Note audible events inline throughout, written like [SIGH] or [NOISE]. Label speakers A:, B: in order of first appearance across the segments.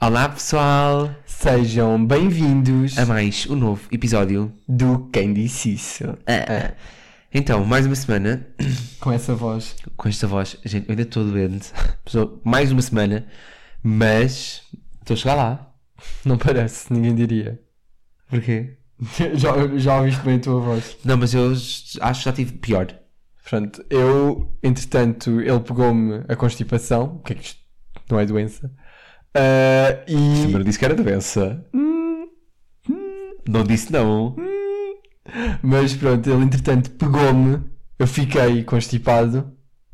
A: Olá pessoal,
B: Sejam bem-vindos
A: a mais um novo episódio.
B: do Quem Disse Isso.
A: Ah. Então, mais uma semana
B: Com essa voz.
A: com esta voz. Gente, eu ainda estou doente. Pessoal, Mais uma semana, mas estou a chegar lá.
B: Não parece, ninguém diria.
A: Porquê?
B: [LAUGHS] Já, já ouviste bem a tua voz.
A: Não, mas eu acho que já tive pior.
B: Pronto, eu, entretanto, ele pegou-me a constipação, que é que isto não é doença. Ah, e.
A: disse que era doença. Não disse não.
B: Mas pronto, ele entretanto pegou-me, eu fiquei constipado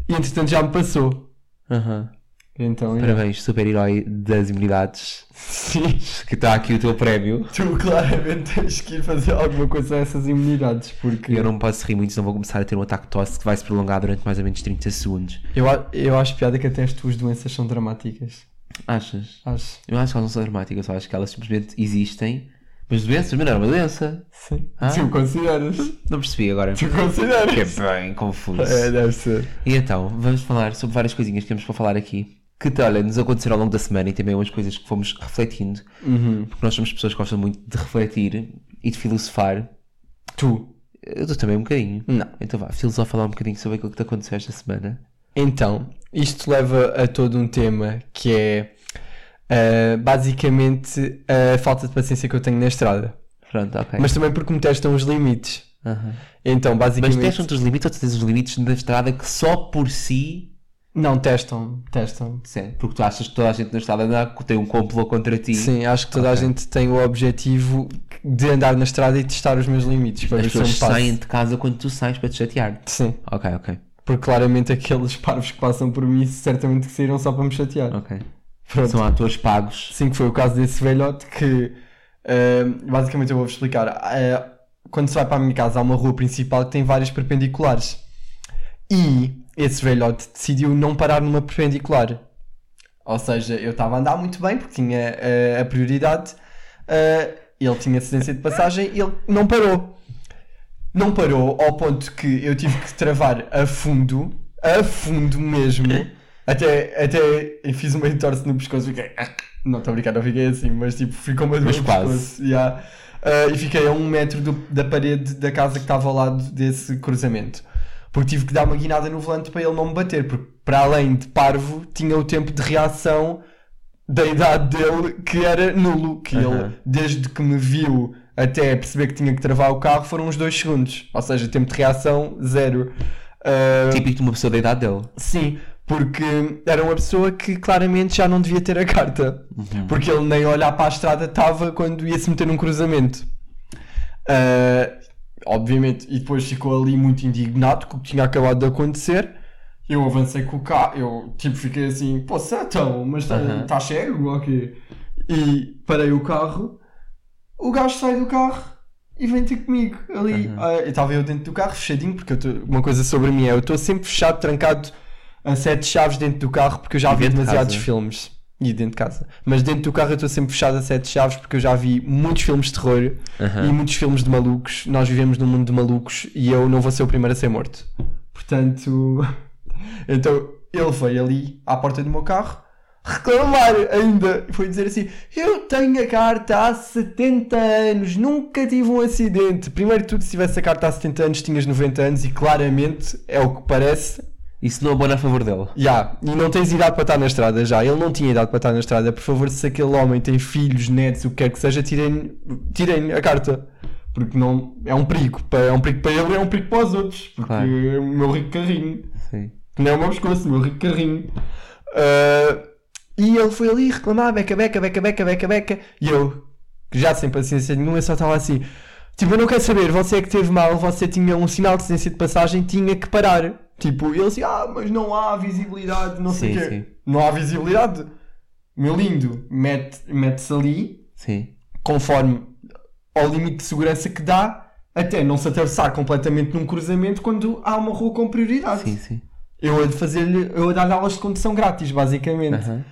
B: e entretanto já me passou.
A: Aham.
B: Então, é.
A: Parabéns, super-herói das imunidades.
B: sim,
A: Que está aqui o teu prémio.
B: tu [LAUGHS] claramente tens que ir fazer alguma coisa a essas imunidades, porque.
A: Eu não posso rir muito, senão vou começar a ter um ataque de tosse que vai se prolongar durante mais ou menos 30 segundos.
B: Eu, a- eu acho piada que até as tuas doenças são dramáticas.
A: Achas?
B: Acho.
A: Eu acho que elas não são dramáticas, eu acho que elas simplesmente existem. Mas doenças, mas não é uma doença.
B: Sim.
A: Ah.
B: Tu consideras.
A: Não percebi agora.
B: Tu consideras.
A: Que é bem confuso.
B: É, deve ser.
A: E então, vamos falar sobre várias coisinhas que temos para falar aqui. Que olha, nos aconteceram ao longo da semana e também umas coisas que fomos refletindo.
B: Uhum.
A: Porque nós somos pessoas que gostam muito de refletir e de filosofar.
B: Tu.
A: Eu dou também um bocadinho.
B: Não.
A: Então vá, filosofa falar um bocadinho sobre aquilo que te aconteceu esta semana.
B: Então, isto leva a todo um tema que é ah, basicamente a falta de paciência que eu tenho na estrada.
A: Pronto, ok.
B: Mas também porque me testam os limites.
A: Aham.
B: Então,
A: Mas
B: basicamente.
A: testam-te os limites ou tu tens os limites na estrada que só por si
B: Não, testam, testam.
A: Sim, porque tu achas que toda a gente na estrada anda, tem um complô contra ti.
B: Sim, acho que toda a
A: Ok.
B: gente tem o objetivo de andar na estrada e testar os meus limites para
A: As
B: ver se é um eu
A: pessoas
B: me passo.
A: saem de casa quando tu sais para te chatear.
B: Sim,
A: Ok, ok,
B: porque claramente aqueles [LAUGHS] parvos que passam por mim certamente que saíram só para me chatear.
A: ok.
B: Pronto.
A: São atores pagos.
B: Sim, que foi o caso desse velhote que ahm, basicamente eu vou-vos explicar. Ah, quando se vai para a minha casa há uma rua principal que tem várias perpendiculares. E esse velhote decidiu não parar numa perpendicular. Ou seja, eu estava a andar muito bem porque tinha ah, a prioridade. ah, ele tinha cedência de passagem e ele não parou. Não parou ao ponto que eu tive que travar a fundo, a fundo mesmo. Até, até eu fiz uma entorse no pescoço e fiquei. "Ah, Não, estou a brincar, não fiquei assim, mas tipo, ficou uma dor
A: Mas
B: no
A: quase.
B: pescoço. yeah. Ah, e fiquei a um metro do- da parede da casa que estava ao lado desse cruzamento. Porque tive que dar uma guinada no volante para ele não me bater, porque para além de parvo, tinha o tempo de reação da idade dele que era nulo. Que
A: Aham.
B: ele, desde que me viu até perceber que tinha que travar o carro, foram uns 2 segundos. Ou seja, tempo de reação, zero. Ah,
A: Típico de uma pessoa da idade dele.
B: Sim, porque era uma pessoa que claramente já não devia ter a carta. Porque ele nem olhar para a estrada estava quando ia se meter num cruzamento. Ah, obviamente, e depois ficou ali muito indignado com o que tinha acabado de acontecer. Eu avancei com o carro, eu tipo fiquei assim, poça, então, mas tá-
A: Aham.
B: tá cego ou quê? E parei o carro, o gajo sai do carro e vem ter comigo ali.
A: Aham.
B: Ah, eu Estava eu dentro do carro, fechadinho, porque eu tô- uma coisa sobre mim é eu estou sempre fechado, trancado a sete chaves dentro do carro, porque eu já
A: E
B: vi
A: dentro de
B: demasiados
A: casa.
B: filmes. E dentro de casa. Mas dentro do carro eu estou sempre fechado a sete chaves, porque eu já vi muitos filmes de terror
A: Aham.
B: e muitos filmes de malucos. Nós vivemos num mundo de malucos e eu não vou ser o primeiro a ser morto. Portanto. [LAUGHS] Então ele foi ali à porta do meu carro reclamar ainda. Foi dizer assim: Eu tenho a carta há 70 anos, nunca tive um acidente. Primeiro de tudo, se tivesse a carta há 70 anos, tinhas 90 anos e claramente é o que parece.
A: Isso não abona a favor dele.
B: Já, e não tens idade para estar na estrada já. Ele não tinha idade para estar na estrada. Por favor, se aquele homem tem filhos, netos, o que quer que seja, tirem, tirem a carta. Porque não, é um perigo. Pa- É um perigo para ele, é um perigo para os outros. Porque
A: Claro.
B: é o meu rico carrinho.
A: Sim.
B: Que Não é o meu pescoço, o meu rico carrinho. Ah, e ele foi ali reclamar, beca, beca, beca, beca, beca, beca. E eu, que já sem paciência nenhuma, só estava assim. Tipo, eu não quero saber, você é que teve mal, você tinha um sinal de cedência de passagem, tinha que parar. Tipo, ele assim, ah, mas não há visibilidade, não sei o
A: Sim,
B: quê.
A: sim.
B: Não há visibilidade. Meu lindo, mete- mete-se ali,
A: Sim.
B: conforme ao limite de segurança que dá, até não se atravessar completamente num cruzamento quando há uma rua com prioridade.
A: Sim, sim.
B: Eu a de fazer-lhe, eu a dar aulas de condução grátis, basicamente.
A: Aham.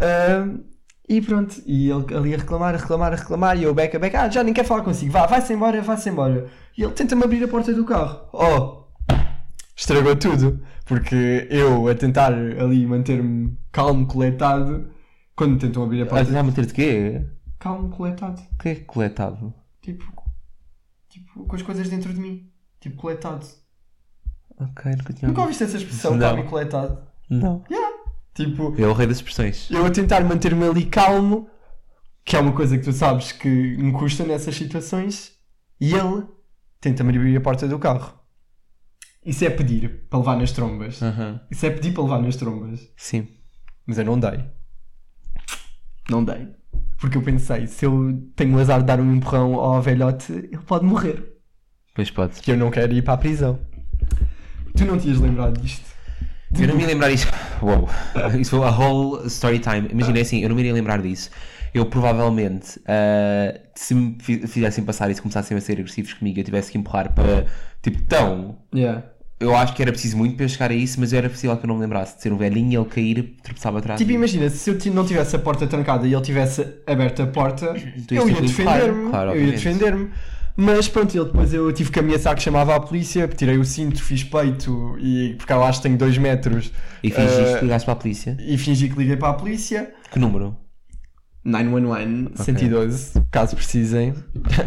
B: Ahm, e pronto, e ele ali a reclamar, a reclamar, a reclamar, e eu beca, beca, ah, já nem quero falar consigo, vá, vai-se embora, vai-se embora. E ele tenta-me abrir a porta do carro. Oh, estragou tudo, porque eu a tentar ali manter-me calmo, coletado, Quando tentam abrir a
A: A
B: porta.
A: tentar meter de quê?
B: Calmo, coletado.
A: O que é coletado?
B: Tipo, tipo, com as coisas dentro de mim. Tipo, coletado.
A: Ok, nunca tinha. ouvido.
B: Nunca ouviste essa expressão,
A: Não.
B: calmo e coletado?
A: Não.
B: Tipo,
A: É o rei das expressões.
B: eu a tentar manter-me ali calmo, que é uma coisa que tu sabes que me custa nessas situações, e ele tenta-me abrir a porta do carro. Isso é pedir para levar nas trombas.
A: Aham.
B: Isso é pedir para levar nas trombas.
A: Sim.
B: Mas eu não dei. Não dei. Porque eu pensei, se eu tenho o azar de dar um empurrão ao velhote, ele pode morrer.
A: Pois pode.
B: Que eu não quero ir para a prisão. Tu não tinhas lembrado disto?
A: Tipo, Eu não me ia lembrar disso. [LAUGHS] Uou. Isso foi a whole story time. Imagina é assim, eu não me iria lembrar disso. Eu provavelmente, ah, se me fi- fizessem passar e se começassem a ser agressivos comigo, eu tivesse que empurrar para tipo, tão.
B: Yeah.
A: Eu acho que era preciso muito para eu chegar a isso, mas era possível que eu não me lembrasse de ser um velhinho e ele cair, tropeçava atrás.
B: Tipo, imagina, se eu ti- não tivesse a porta trancada e ele tivesse aberto a porta,
A: Tu
B: eu
A: ias
B: ia
A: ter que- claro,
B: defender-me.
A: claro,
B: eu ia
A: obviamente.
B: defender-me. Mas pronto, ele depois eu tive que ameaçar que chamava a polícia, tirei o cinto, fiz peito, e porque eu acho que tenho 2 metros,
A: E fingiste
B: Ah.
A: que ligaste para a polícia.
B: e fingi que liguei para a polícia.
A: Que número?
B: 911, 112, caso precisem.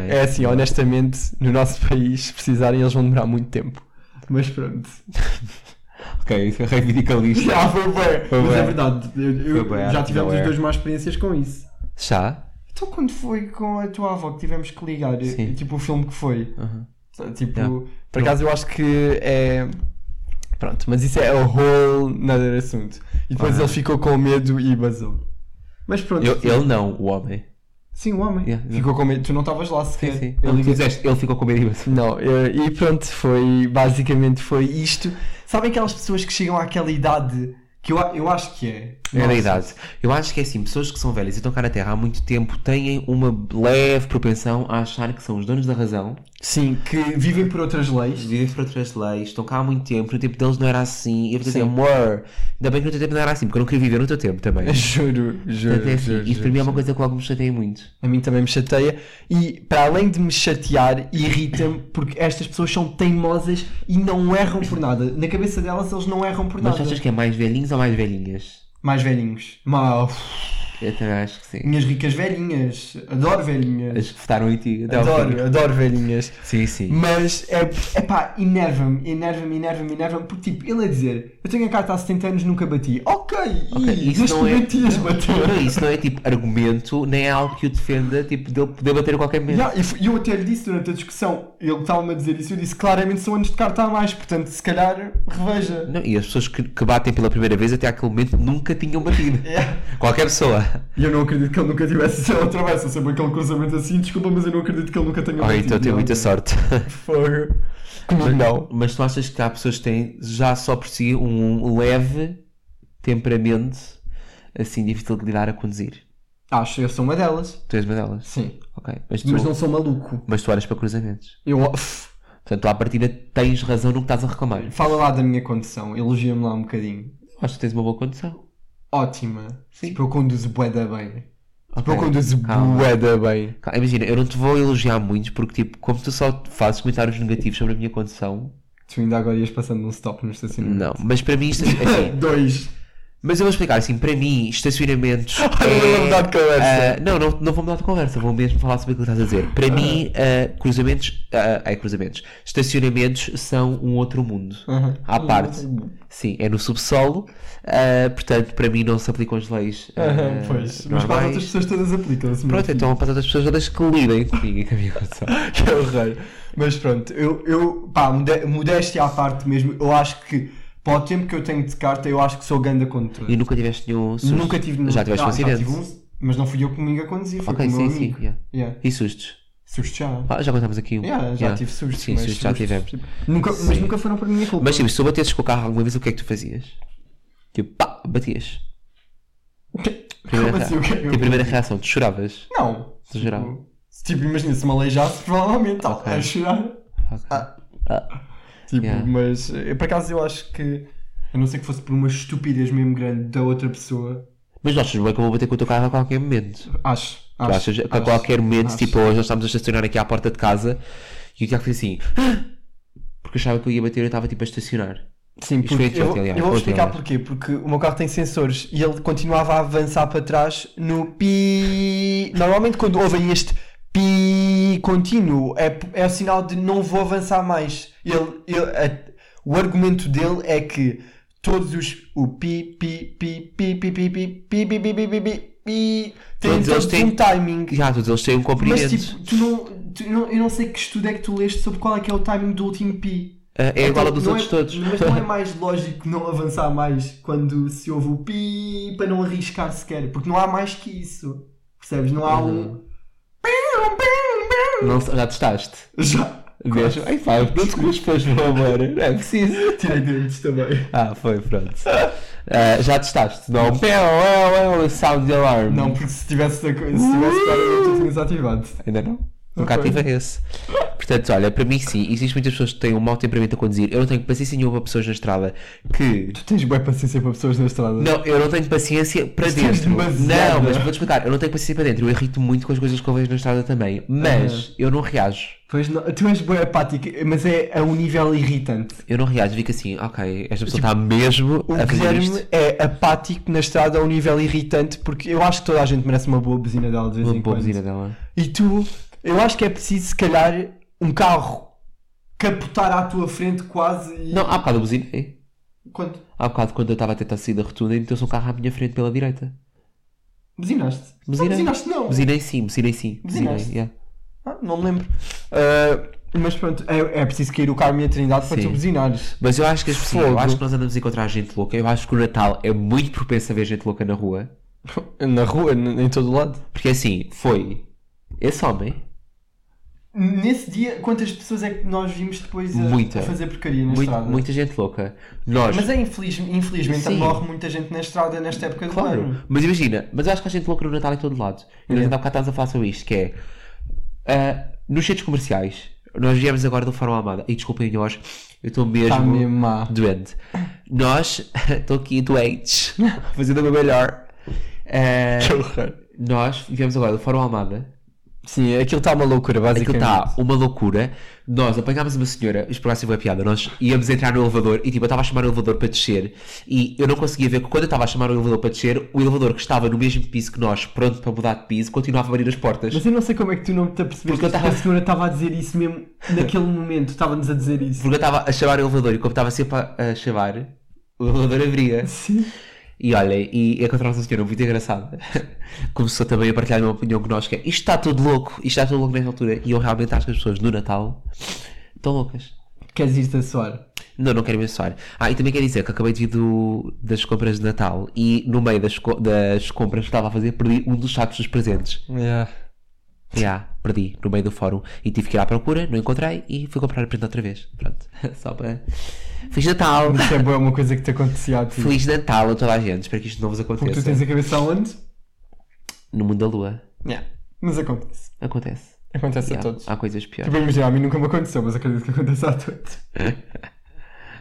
B: É assim, honestamente, no nosso país, se precisarem, eles vão demorar muito tempo. Mas pronto. [LAUGHS]
A: Ok, isso é radicalista.
B: Já foi bem.
A: Foi
B: mas
A: bem.
B: é verdade, eu- eu-
A: Foi bem,
B: já tivemos
A: não é.
B: os dois más experiências com isso.
A: Já?
B: Então quando foi com a tua avó que tivemos que ligar,
A: Sim.
B: tipo o filme que foi?
A: Aham.
B: Tipo,
A: Yeah.
B: por acaso eu acho que é. Pronto, mas isso é a whole nada de assunto. E depois
A: Ah.
B: ele ficou com medo e basou. Mas pronto.
A: Eu- ele não, o homem.
B: Sim, o homem.
A: Yeah, yeah.
B: Ficou com medo. Tu não estavas lá sequer.
A: Sim, sim.
B: Eu
A: Ele,
B: liguei-
A: ele ficou com medo e bateu.
B: Não, eu- e pronto, foi basicamente foi isto. Sabem aquelas pessoas que chegam àquela idade que eu, a- eu acho que é.
A: Era a
B: Nossa.
A: idade. Eu acho que é assim, pessoas que são velhas e estão cá na Terra há muito tempo têm uma leve propensão a achar que são os donos da razão.
B: Sim, que vivem por outras leis.
A: Vivem por outras leis, estão cá há muito tempo, no tempo deles não era assim. E eu vou dizer,
B: Sim.
A: amor, ainda bem que no teu tempo não era assim, porque eu não queria viver no teu tempo
B: [LAUGHS]
A: também.
B: Juro, juro.
A: Portanto, é assim,
B: juro,
A: isso para
B: juro,
A: mim é uma
B: juro.
A: coisa que logo me chateia muito.
B: A mim também me chateia. E para além de me chatear, irrita-me porque estas pessoas são teimosas e não erram por nada. Na cabeça delas eles não erram por
A: Mas tu
B: nada.
A: achas que é mais velhinhos ou mais velhinhas?
B: Mais velhinhos. Mal.
A: Eu também acho que sim.
B: Minhas ricas velhinhas. Adoro velhinhas.
A: As que votaram em ti. até ao fim.
B: Adoro, adoro velhinhas.
A: Sim, sim.
B: Mas é pá, enerva-me, enerva-me, enerva-me, enerva-me, porque tipo, ele a dizer, eu tenho a carta há 70 anos, nunca bati. Ok,
A: Ok, é-
B: e neste momento ias bater.
A: Não, isso não é tipo argumento, nem é algo que o defenda, tipo, dele poder bater a qualquer momento.
B: Yeah, e f- e eu até lhe disse durante a discussão, ele estava-me a dizer isso, eu disse claramente são anos de carta a mais, portanto se calhar reveja.
A: Não, e as pessoas que, que batem pela primeira vez até aquele momento nunca tinham batido.
B: Yeah.
A: [LAUGHS] Qualquer pessoa.
B: E eu não acredito que ele nunca tivesse [LAUGHS] sido outra vez, eu sei bem aquele cruzamento assim, desculpa, mas eu não acredito que ele nunca tenha
A: Oh, então tenho
B: não. né?
A: muita sorte.
B: Fogo. Comigo não.
A: Mas tu achas que há pessoas que têm já só por si um leve temperamento assim difícil de lidar a conduzir?
B: Acho, eu sou uma delas.
A: Tu és uma delas.
B: Sim.
A: Ok. Mas tu,
B: Mas
A: mas
B: não sou maluco.
A: tu olhas para cruzamentos.
B: Eu...
A: Portanto, tu à partida tens razão no que estás a reclamar. Eu
B: Fala lá da minha condição, elogia-me lá um bocadinho.
A: acho que tens uma boa condição.
B: ótima.
A: Sim.
B: Tipo, eu conduzo bué da bem. Tipo, eu
A: Ok,
B: conduzo
A: calma.
B: bué da bem.
A: Calma, Imagina, eu não te vou elogiar muito porque, tipo, como tu só fazes comentários negativos sobre a minha condição,
B: Tu ainda agora ias passando num stop no estacionamento.
A: não. Mas para mim, isto é
B: [LAUGHS]
A: assim,
B: Dois.
A: Mas eu vou explicar assim, para mim, estacionamentos.
B: [LAUGHS] Ai, não vou mudar de conversa.
A: Ah, não, não, não vou mudar de conversa, vou mesmo falar sobre o que estás a dizer. Para mim, ah, cruzamentos. ah, ai, cruzamentos. Estacionamentos são um outro mundo.
B: Aham. Um
A: À parte. Sim, é no subsolo, ah, portanto, para mim não se aplicam as leis. ah,
B: Aham, pois. Eh, Mas para as outras
A: normais.
B: pessoas todas aplicam-se. meu
A: Pronto,
B: filho. [LAUGHS]
A: então para as outras pessoas todas que lidem comigo e com a minha condição.
B: Que horror. Mas pronto, eu, eu pá, mode- modéstia à parte mesmo. Eu acho que, para o tempo que eu tenho de carta, eu acho que sou ganda contra.
A: E nunca tiveste nenhum susto?
B: Nunca tive nenhum-
A: Já tiveste um
B: Ah,
A: acidente?
B: tive um, mas não fui eu comigo a conduzir, foi
A: Ok,
B: com o meu
A: sim, sim.
B: amigo.
A: yeah.
B: Yeah.
A: E sustos?
B: Susto já.
A: Ah, já contamos aqui um.
B: Yeah, já
A: Yeah.
B: tive sustos.
A: Sim,
B: mas
A: sustos já
B: sustos-
A: tivemos.
B: Nunca, mas nunca foram por minha culpa. [LAUGHS]
A: Mas tipo, se tu batesses com o carro alguma vez, o que é que tu fazias? Tipo, pá, batias. Primeira,
B: Como assim?
A: rea-
B: O que é que eu-
A: tipo, primeira reação, tu choravas.
B: Não.
A: Tu jurava?
B: Tipo, se, tipo, imagina, se me aleijasse, provavelmente estava
A: Ok.
B: a chorar.
A: Ok.
B: Ah.
A: Ah.
B: Tipo,
A: Yeah.
B: mas eh, por acaso eu acho que, a não ser que fosse por uma estupidez mesmo grande da outra pessoa,
A: Mas nós bem que eu vou bater com o teu carro a qualquer momento.
B: acho.
A: Tu
B: acho,
A: achas que a
B: acho,
A: qualquer momento,
B: acho.
A: tipo, hoje nós estávamos a estacionar aqui à porta de casa e o Tiago fez assim. "Ah!" Porque achava que eu ia bater e eu estava tipo a estacionar.
B: Sim,
A: Isto
B: porque
A: foi outro
B: eu,
A: aliás,
B: eu vou
A: outro
B: explicar
A: aliás.
B: porquê. Porque o meu carro tem sensores e ele continuava a avançar para trás no pi. Normalmente quando ouvem este pi contínuo é, é o sinal de não vou avançar mais. Ele, ele- a- o argumento dele é que todos os o pi pi pi pi pi pi pi pi pi pi pi pi pi pi têm
A: Todos eles
B: todos
A: têm-
B: um timing.
A: Já, todos eles têm um comprimento.
B: Mas tipo, tu não, tu não, eu não sei que estudo é que tu leste sobre qual é que é o timing do último pi.
A: Ah, é igual a dos
B: Não
A: outros
B: é-
A: todos.
B: Mas não é mais lógico não avançar mais quando se ouve o pi para não arriscar sequer, porque não há mais que isso. Percebes? Não há
A: Uhum.
B: um.
A: Não, já testaste.
B: [LAUGHS] Já!
A: Mesmo? Ai, pá, não te cuspas, meu amor. Não é preciso.
B: Tirei dentes também.
A: Ah, foi, pronto. Ah, já testaste. Não, É, bell, bell, um sound alarm.
B: Não, porque se tivesse da coisa, se tivesse dado, eu já tinha desativado.
A: Ainda não? Nunca
B: Ok.
A: ativa esse. Portanto, olha, para mim sim, existem muitas pessoas que têm um mau temperamento a conduzir. Eu não tenho paciência nenhuma para pessoas na estrada que.
B: Tu tens boa paciência para pessoas na estrada.
A: Não, eu não tenho paciência para
B: Isto é
A: dentro.
B: demasiado.
A: Não, mas vou-te explicar, eu não tenho paciência para dentro. Eu irrito muito com as coisas que eu vejo na estrada também. Mas eu não reajo.
B: Pois não, tu és boa apática, mas é a um nível irritante.
A: Eu não reajo, fico assim, ok, esta pessoa está mesmo
B: O
A: a fazer
B: Guilherme
A: isto.
B: é apático na estrada a um nível irritante, porque eu acho que toda a gente merece uma boa buzina dela de vez
A: Uma
B: em
A: boa
B: quando.
A: buzina dela.
B: E tu, eu acho que é preciso, se calhar, um carro capotar à tua frente quase e.
A: Não, há bocado eu buzinei.
B: Quanto?
A: Há bocado quando eu estava a tentar sair da rotunda e meteu-se um carro à minha frente pela direita.
B: Buzinaste?
A: Buzinei.
B: Não buzinaste, não.
A: Buzinei sim, buzinei sim. Buzinei,
B: Buzinaste?
A: yeah.
B: Ah, não me lembro. Ah, mas pronto, é, é preciso cair o carro minha trindade para
A: Sim.
B: tu buzinares.
A: Mas eu acho que as pessoas, eu
B: Fogo.
A: acho que nós andamos a encontrar gente louca. Eu acho que o Natal é muito propenso a ver gente louca na rua.
B: [LAUGHS] Na rua, n- em todo o lado.
A: Porque assim, foi esse homem,
B: Nesse dia, quantas pessoas é que nós vimos depois a,
A: Muita.
B: a fazer porcaria na
A: muito-
B: estrada?
A: muita gente louca. Nós,
B: Mas é infeliz, infelizmente
A: Sim.
B: morre muita gente na estrada nesta época do ano.
A: claro. Mas imagina, mas eu acho que há gente louca no Natal em todo lado. E nós
B: Yeah.
A: ainda há bocado estávamos a falar sobre isto, que é ah, nos centros comerciais, nós viemos agora do Fórum Almada. E desculpem nós, eu estou
B: Está Tá mesmo má.
A: doente. Nós, [LAUGHS] estou aqui
B: [LAUGHS]
A: doentes, fazendo o meu melhor. Eh, nós viemos agora do Fórum Almada.
B: Sim, aquilo está uma loucura,
A: Aquilo
B: basicamente.
A: está uma loucura. Nós apanhámos uma senhora, isto por acaso foi uma piada. Nós íamos entrar no elevador e tipo, eu estava a chamar o elevador para descer e eu não conseguia ver que quando eu estava a chamar o elevador para descer, o elevador que estava no mesmo piso que nós, pronto para mudar de piso, continuava a abrir as portas.
B: Mas eu não sei como é que tu não te apercebeste
A: Porque eu
B: que
A: tava-
B: a senhora estava a dizer isso mesmo naquele momento, estava-nos a dizer isso.
A: Porque eu estava a chamar o elevador e como estava sempre a, a chamar, o elevador abria.
B: Sim.
A: E olha, e é encontramos a senhora um muito engraçada. [LAUGHS] Começou também a partilhar uma opinião que nós que é, isto está tudo louco, isto está tudo louco nesta altura. E eu realmente acho que as pessoas no Natal estão loucas.
B: Queres ir dançar?
A: Não, não quero mencionar. Ah, e também quero dizer que acabei de vir do- das compras de Natal e no meio das, co- das compras que estava a fazer perdi um dos sacos dos presentes. Já, perdi no meio do fórum e tive que ir à procura, não encontrei e fui comprar o presente outra vez. Pronto, [LAUGHS] só para. Feliz Natal!
B: Isso é boa, uma coisa que te acontecia a ti.
A: Feliz Natal a toda a gente, espero que isto não vos
B: Porque
A: aconteça.
B: tu tens a cabeça aonde?
A: No mundo da lua.
B: Mas acontece.
A: Acontece.
B: Acontece
A: Já,
B: a todos.
A: Há coisas piores.
B: Tipo, imagina, a mim nunca me aconteceu, mas acredito que acontece a todos.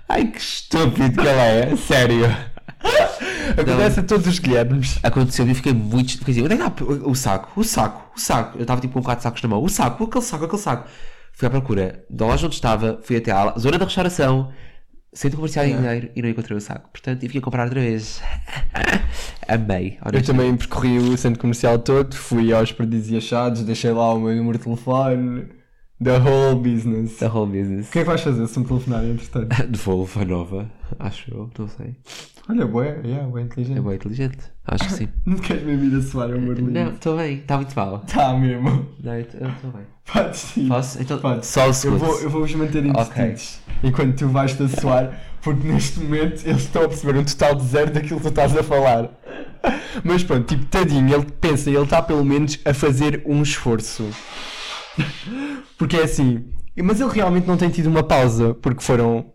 A: Ai que estúpido que ela é, sério.
B: Acontece a todos os Guilhermes.
A: Aconteceu e eu fiquei muito. Fiquei assim, onde é que está o- o saco? O saco, o saco. Eu estava tipo com quatro sacos na mão. O saco, aquele saco, aquele saco. Fui à procura da loja onde estava, fui até à zona da restauração, centro comercial em dinheiro e não encontrei o saco. Portanto, tive que ir comprar outra vez. [LAUGHS] Amei,
B: Eu
A: honestamente.
B: também percorri o centro comercial todo, fui aos perdidos e achados, deixei lá o meu número de telefone, the whole business.
A: The whole business.
B: O que é que vais fazer se me telefonarem, entretanto?
A: Devolvo a nova, acho eu, não sei.
B: Olha, boé, yeah, boé
A: É
B: inteligente.
A: bem inteligente, acho que sim.
B: Não queres mesmo ir a soar ao Merlin?
A: Não, estou bem, está muito mal.
B: Tá mesmo. [LAUGHS]
A: Não, eu estou bem.
B: Podes sim.
A: Posso? Então,
B: Pode.
A: só o
B: Eu
A: segundo.
B: vou- eu vou-vos manter indistintos enquanto tu vais-te a soar, porque neste momento eles estão a perceber um total de zero daquilo que tu estás a falar. [LAUGHS] Mas pronto, tipo, tadinho, ele pensa, ele está pelo menos a fazer um esforço. [LAUGHS] Porque é assim. Mas ele realmente não tem tido uma pausa, porque foram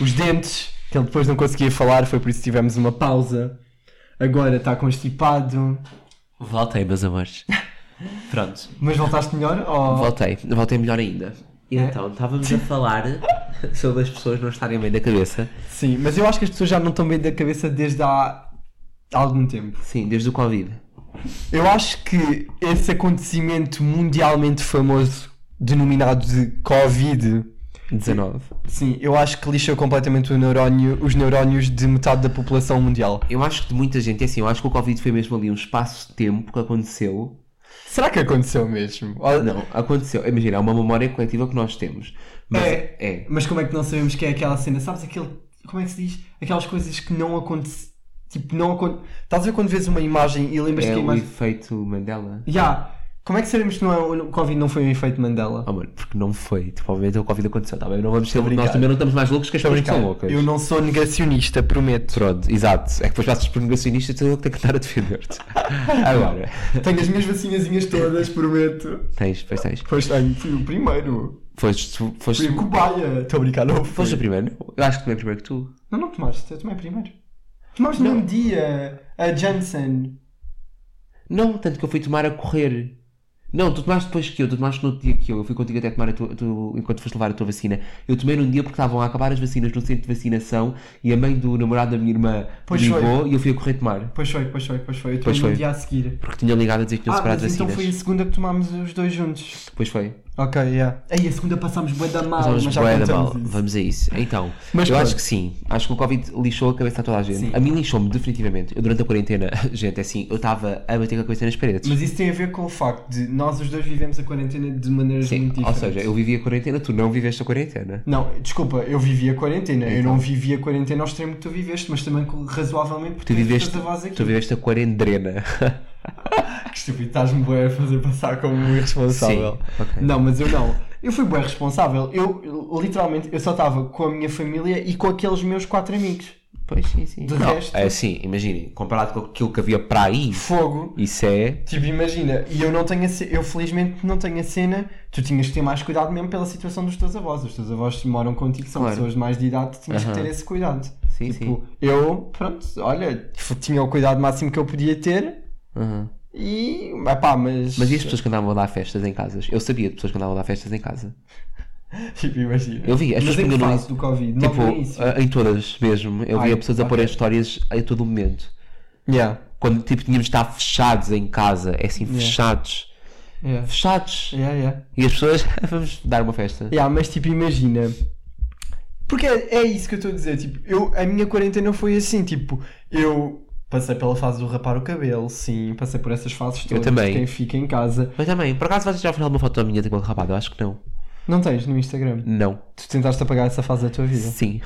B: os dentes, que ele depois não conseguia falar, foi por isso que tivemos uma pausa. Agora está constipado.
A: Voltei, meus amores. [LAUGHS] Pronto.
B: Mas voltaste melhor? Ou...
A: Voltei, voltei melhor ainda. Então, estávamos a [LAUGHS] falar sobre as pessoas não estarem bem da cabeça.
B: Sim, mas eu acho que as pessoas já não estão bem da cabeça desde há algum tempo.
A: Sim, desde o Covid.
B: Eu acho que esse acontecimento mundialmente famoso, denominado de Covid,
A: 19.
B: Sim, eu acho que lixou completamente o neurónio, os neurónios de metade da população mundial.
A: Eu acho que de muita gente, é assim, eu acho que o Covid foi mesmo ali um espaço de tempo que aconteceu.
B: Será que aconteceu mesmo? Ou-
A: Não, aconteceu. Imagina, é uma memória coletiva que nós temos. Mas
B: É.
A: é.
B: Mas como é que não sabemos que é aquela cena? Sabes aquele. Como é que se diz? Aquelas coisas que não acontecem. Tipo, não acontecem. Estás a ver quando vês uma imagem e lembras
A: É
B: que a
A: o
B: imagem.
A: efeito Mandela.
B: Já! Como é que sabemos que não é, o Covid não foi um efeito Mandela?
A: Oh, mano, porque não foi. Tipo, obviamente o Covid aconteceu, tá bem? Não vamos ser,
B: a brincar.
A: nós também não estamos mais loucos que as
B: Estou a
A: pessoas que
B: brincar.
A: são loucas.
B: Eu não sou negacionista, prometo.
A: Pronto, exato. É que depois passas por negacionista e sou eu que tenho que estar a defender-te. Agora,
B: [LAUGHS] Tenho as minhas vacinazinhas todas, prometo.
A: tens, pois tens.
B: Pois tenho, fui o primeiro.
A: Foste, tu-
B: Fui
A: foste,
B: a cobaia. Estou a brincar, não
A: foste o primeiro? Eu acho que também primeiro que tu.
B: Não, não tomaste, eu tomei primeiro. Tomaste no mesmo dia a Janssen.
A: Não, tanto que eu fui tomar a correr. Não, tu tomaste depois que eu, tu tomaste no outro dia que eu. Eu fui contigo até tomar a tua, tu- enquanto foste levar a tua vacina. Eu tomei num dia porque estavam a acabar as vacinas no centro de vacinação e a mãe do namorado da minha irmã
B: Pois
A: ligou e eu fui a correr tomar.
B: Pois foi, pois foi, pois foi. Eu
A: Pois
B: tomei
A: foi.
B: no dia a seguir.
A: Porque tinha ligado a dizer que tinham
B: Ah,
A: separado
B: mas
A: as
B: então
A: vacinas.
B: foi a segunda que tomámos os dois juntos.
A: Pois foi.
B: Ok, yeah. Aí a segunda passámos bué da mal,
A: Vamos,
B: Ah, mas já
A: bué da
B: contamos
A: mal.
B: isso.
A: Vamos a isso. Então,
B: Mas
A: eu
B: pronto.
A: acho que sim. Acho que o Covid lixou a cabeça a toda a gente.
B: Sim.
A: A mim lixou-me, definitivamente. Eu, durante a quarentena, [LAUGHS] gente, é assim, eu estava a bater com a cabeça nas paredes.
B: Mas isso tem a ver com o facto de nós os dois vivemos a quarentena de maneiras
A: Sim,
B: muito
A: é ou
B: diferentes.
A: seja, eu vivi a quarentena, tu não viveste a quarentena.
B: Não, desculpa, eu vivi a quarentena. Eu
A: Então.
B: não vivi a quarentena ao extremo que tu viveste, mas também com- razoavelmente porque
A: Tu viveste,
B: a voz aqui. Ah,
A: tu viveste a quarentena.
B: Que estúpido, estás-me bué a fazer passar como um irresponsável.
A: Sim, ok.
B: Não, mas eu não. Eu fui bué responsável. Eu, eu, literalmente, eu só estava com a minha família e com aqueles meus quatro amigos.
A: [LAUGHS] Pois sim, sim.
B: De
A: Não,
B: resto-
A: é assim, imaginem, comparado com aquilo que havia para aí,
B: Fogo.
A: isso é.
B: Tipo, imagina, e eu não tenho a ce- eu felizmente não tenho a cena, tu tinhas que ter mais cuidado mesmo pela situação dos teus avós. Os teus avós moram contigo, são
A: Claro.
B: pessoas mais de idade, tinhas que
A: Aham.
B: ter esse cuidado.
A: Sim,
B: tipo, eu, pronto, olha, f- tinha o cuidado máximo que eu podia ter
A: Uhum.
B: e, pá, mas...
A: Mas e as pessoas que andavam a dar festas em casas? Eu sabia de pessoas que andavam a dar festas em casa.
B: [LAUGHS] Tipo, imagina.
A: Eu vi, as
B: mas
A: pessoas
B: em que
A: pegam no-
B: fase do Covid? Logo
A: tipo,
B: no início?
A: a- em todas mesmo. Eu
B: Ai,
A: via pessoas a pôr
B: ok.
A: as histórias em todo o momento.
B: Yeah.
A: Quando tipo, tínhamos de estar fechados em casa, é assim,
B: Yeah.
A: fechados.
B: Yeah.
A: Fechados.
B: Yeah, yeah.
A: E as pessoas, [LAUGHS] "Ah, vamos dar uma festa.
B: Yeah, mas tipo, imagina. Porque é, é isso que eu estou a dizer. Tipo, eu, a minha quarentena foi assim. Tipo, eu passei pela fase do rapar o cabelo, sim. Passei por essas fases todas.
A: também.
B: Quem fica em casa.
A: Mas também, por acaso vais tirar ao final de uma foto minha tipo, de cabelo rapado? Eu acho que não.
B: Não tens no Instagram.
A: Não.
B: Tu tentaste apagar essa fase da tua vida.
A: Sim.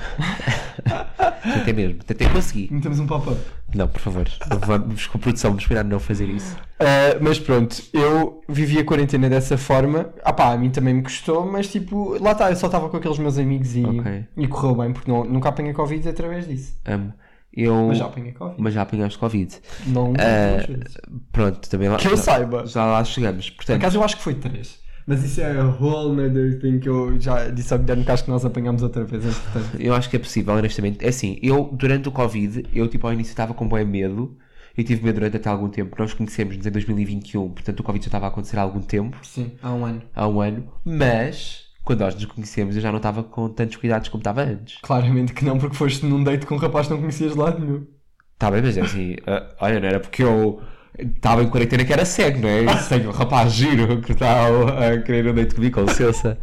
A: Até mesmo. Tentei conseguir.
B: Metemos um pop-up.
A: Não, por favor. Não Vamos com a produção, vamos cuidar de não fazer isso.
B: Uh, mas pronto, eu vivi a quarentena dessa forma. Ah pá, a mim também me custou, mas tipo, lá está, eu só estava com aqueles meus amigos e,
A: Ok.
B: e correu bem, porque não- nunca apanhei Covid através disso.
A: Amo. Hum, Eu.
B: Mas já apanhei Covid.
A: Mas já apanhaste Covid.
B: Não,
A: Ah,
B: duas vezes.
A: pronto, também lá.
B: Que eu
A: já-
B: saiba.
A: Já lá chegamos.
B: Por
A: Portanto,
B: acaso eu acho que foi 3. Mas isso é a whole nother thing que eu já disse ao Guilherme que acho que nós apanhámos outra vez, entretanto.
A: Eu acho que é possível, honestamente. É assim, eu durante o Covid, eu tipo ao início estava com bem medo. Eu tive medo durante até algum tempo. Nós conhecemos-nos em 2021, portanto o Covid já estava a acontecer há algum tempo,
B: Sim, há um ano.
A: há um ano. Mas, quando nós nos conhecemos, eu já não estava com tantos cuidados como estava antes.
B: Claramente que não, porque foste num date com um rapaz que não conhecias de lado nenhum.
A: Está bem, mas é assim, ah, olha, não era porque eu estava em quarentena que era cego, não é? Cego, rapaz giro que está a a querer um date comigo, com Ah, licença.